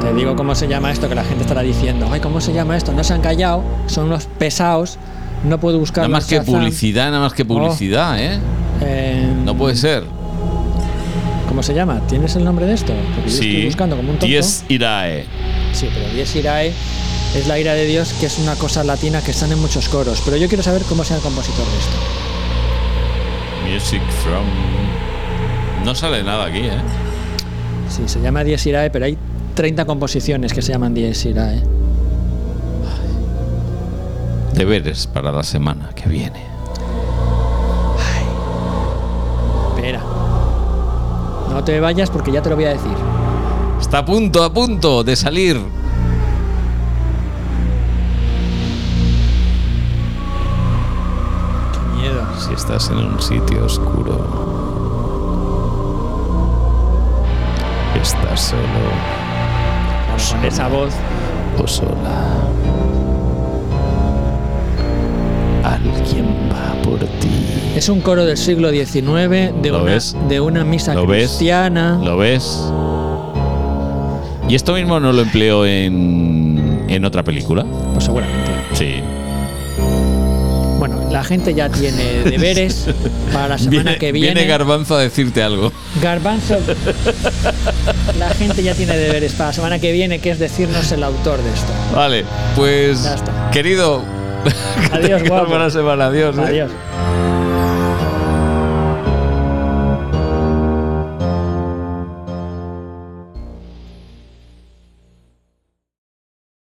Te digo cómo se llama esto que la gente estará diciendo. Ay, ¿cómo se llama esto? No se han callado, son unos pesados. No puedo buscar. Nada más que publicidad, nada más que Oh. publicidad, ¿eh? Mm. No puede ser. ¿Cómo se llama? ¿Tienes el nombre de esto? Porque yo estoy buscando como un tonto. Diez Irae. Sí, pero Dies Irae es la ira de Dios, que es una cosa latina que están en muchos coros. Pero yo quiero saber cómo sea el compositor de esto. Music from. No sale nada aquí, ¿eh? Sí, se llama Dies Irae, pero hay 30 composiciones que se llaman eh. Dies Irae. Deberes para la semana que viene. Espera. No te vayas porque ya te lo voy a decir. Está a punto, a punto de salir. Miedo. Si estás en un sitio oscuro. Estás solo Con esa voz. o sola. Alguien va por ti. Es un coro del siglo XIX de, ¿Lo una, ves? de una misa ¿Lo ves? cristiana. ¿Lo ves? ¿Y esto mismo no lo empleó en, en otra película? Pues seguramente. Sí. Bueno, la gente ya tiene deberes para la semana Viene, que viene. viene Garbanzo a decirte algo. Garbanzo. La gente ya tiene deberes para la semana que viene, que es decirnos el autor de esto. Vale, pues Ya está. querido, que Adiós, tengas guapo. buena semana, adiós. ¿eh? Adiós.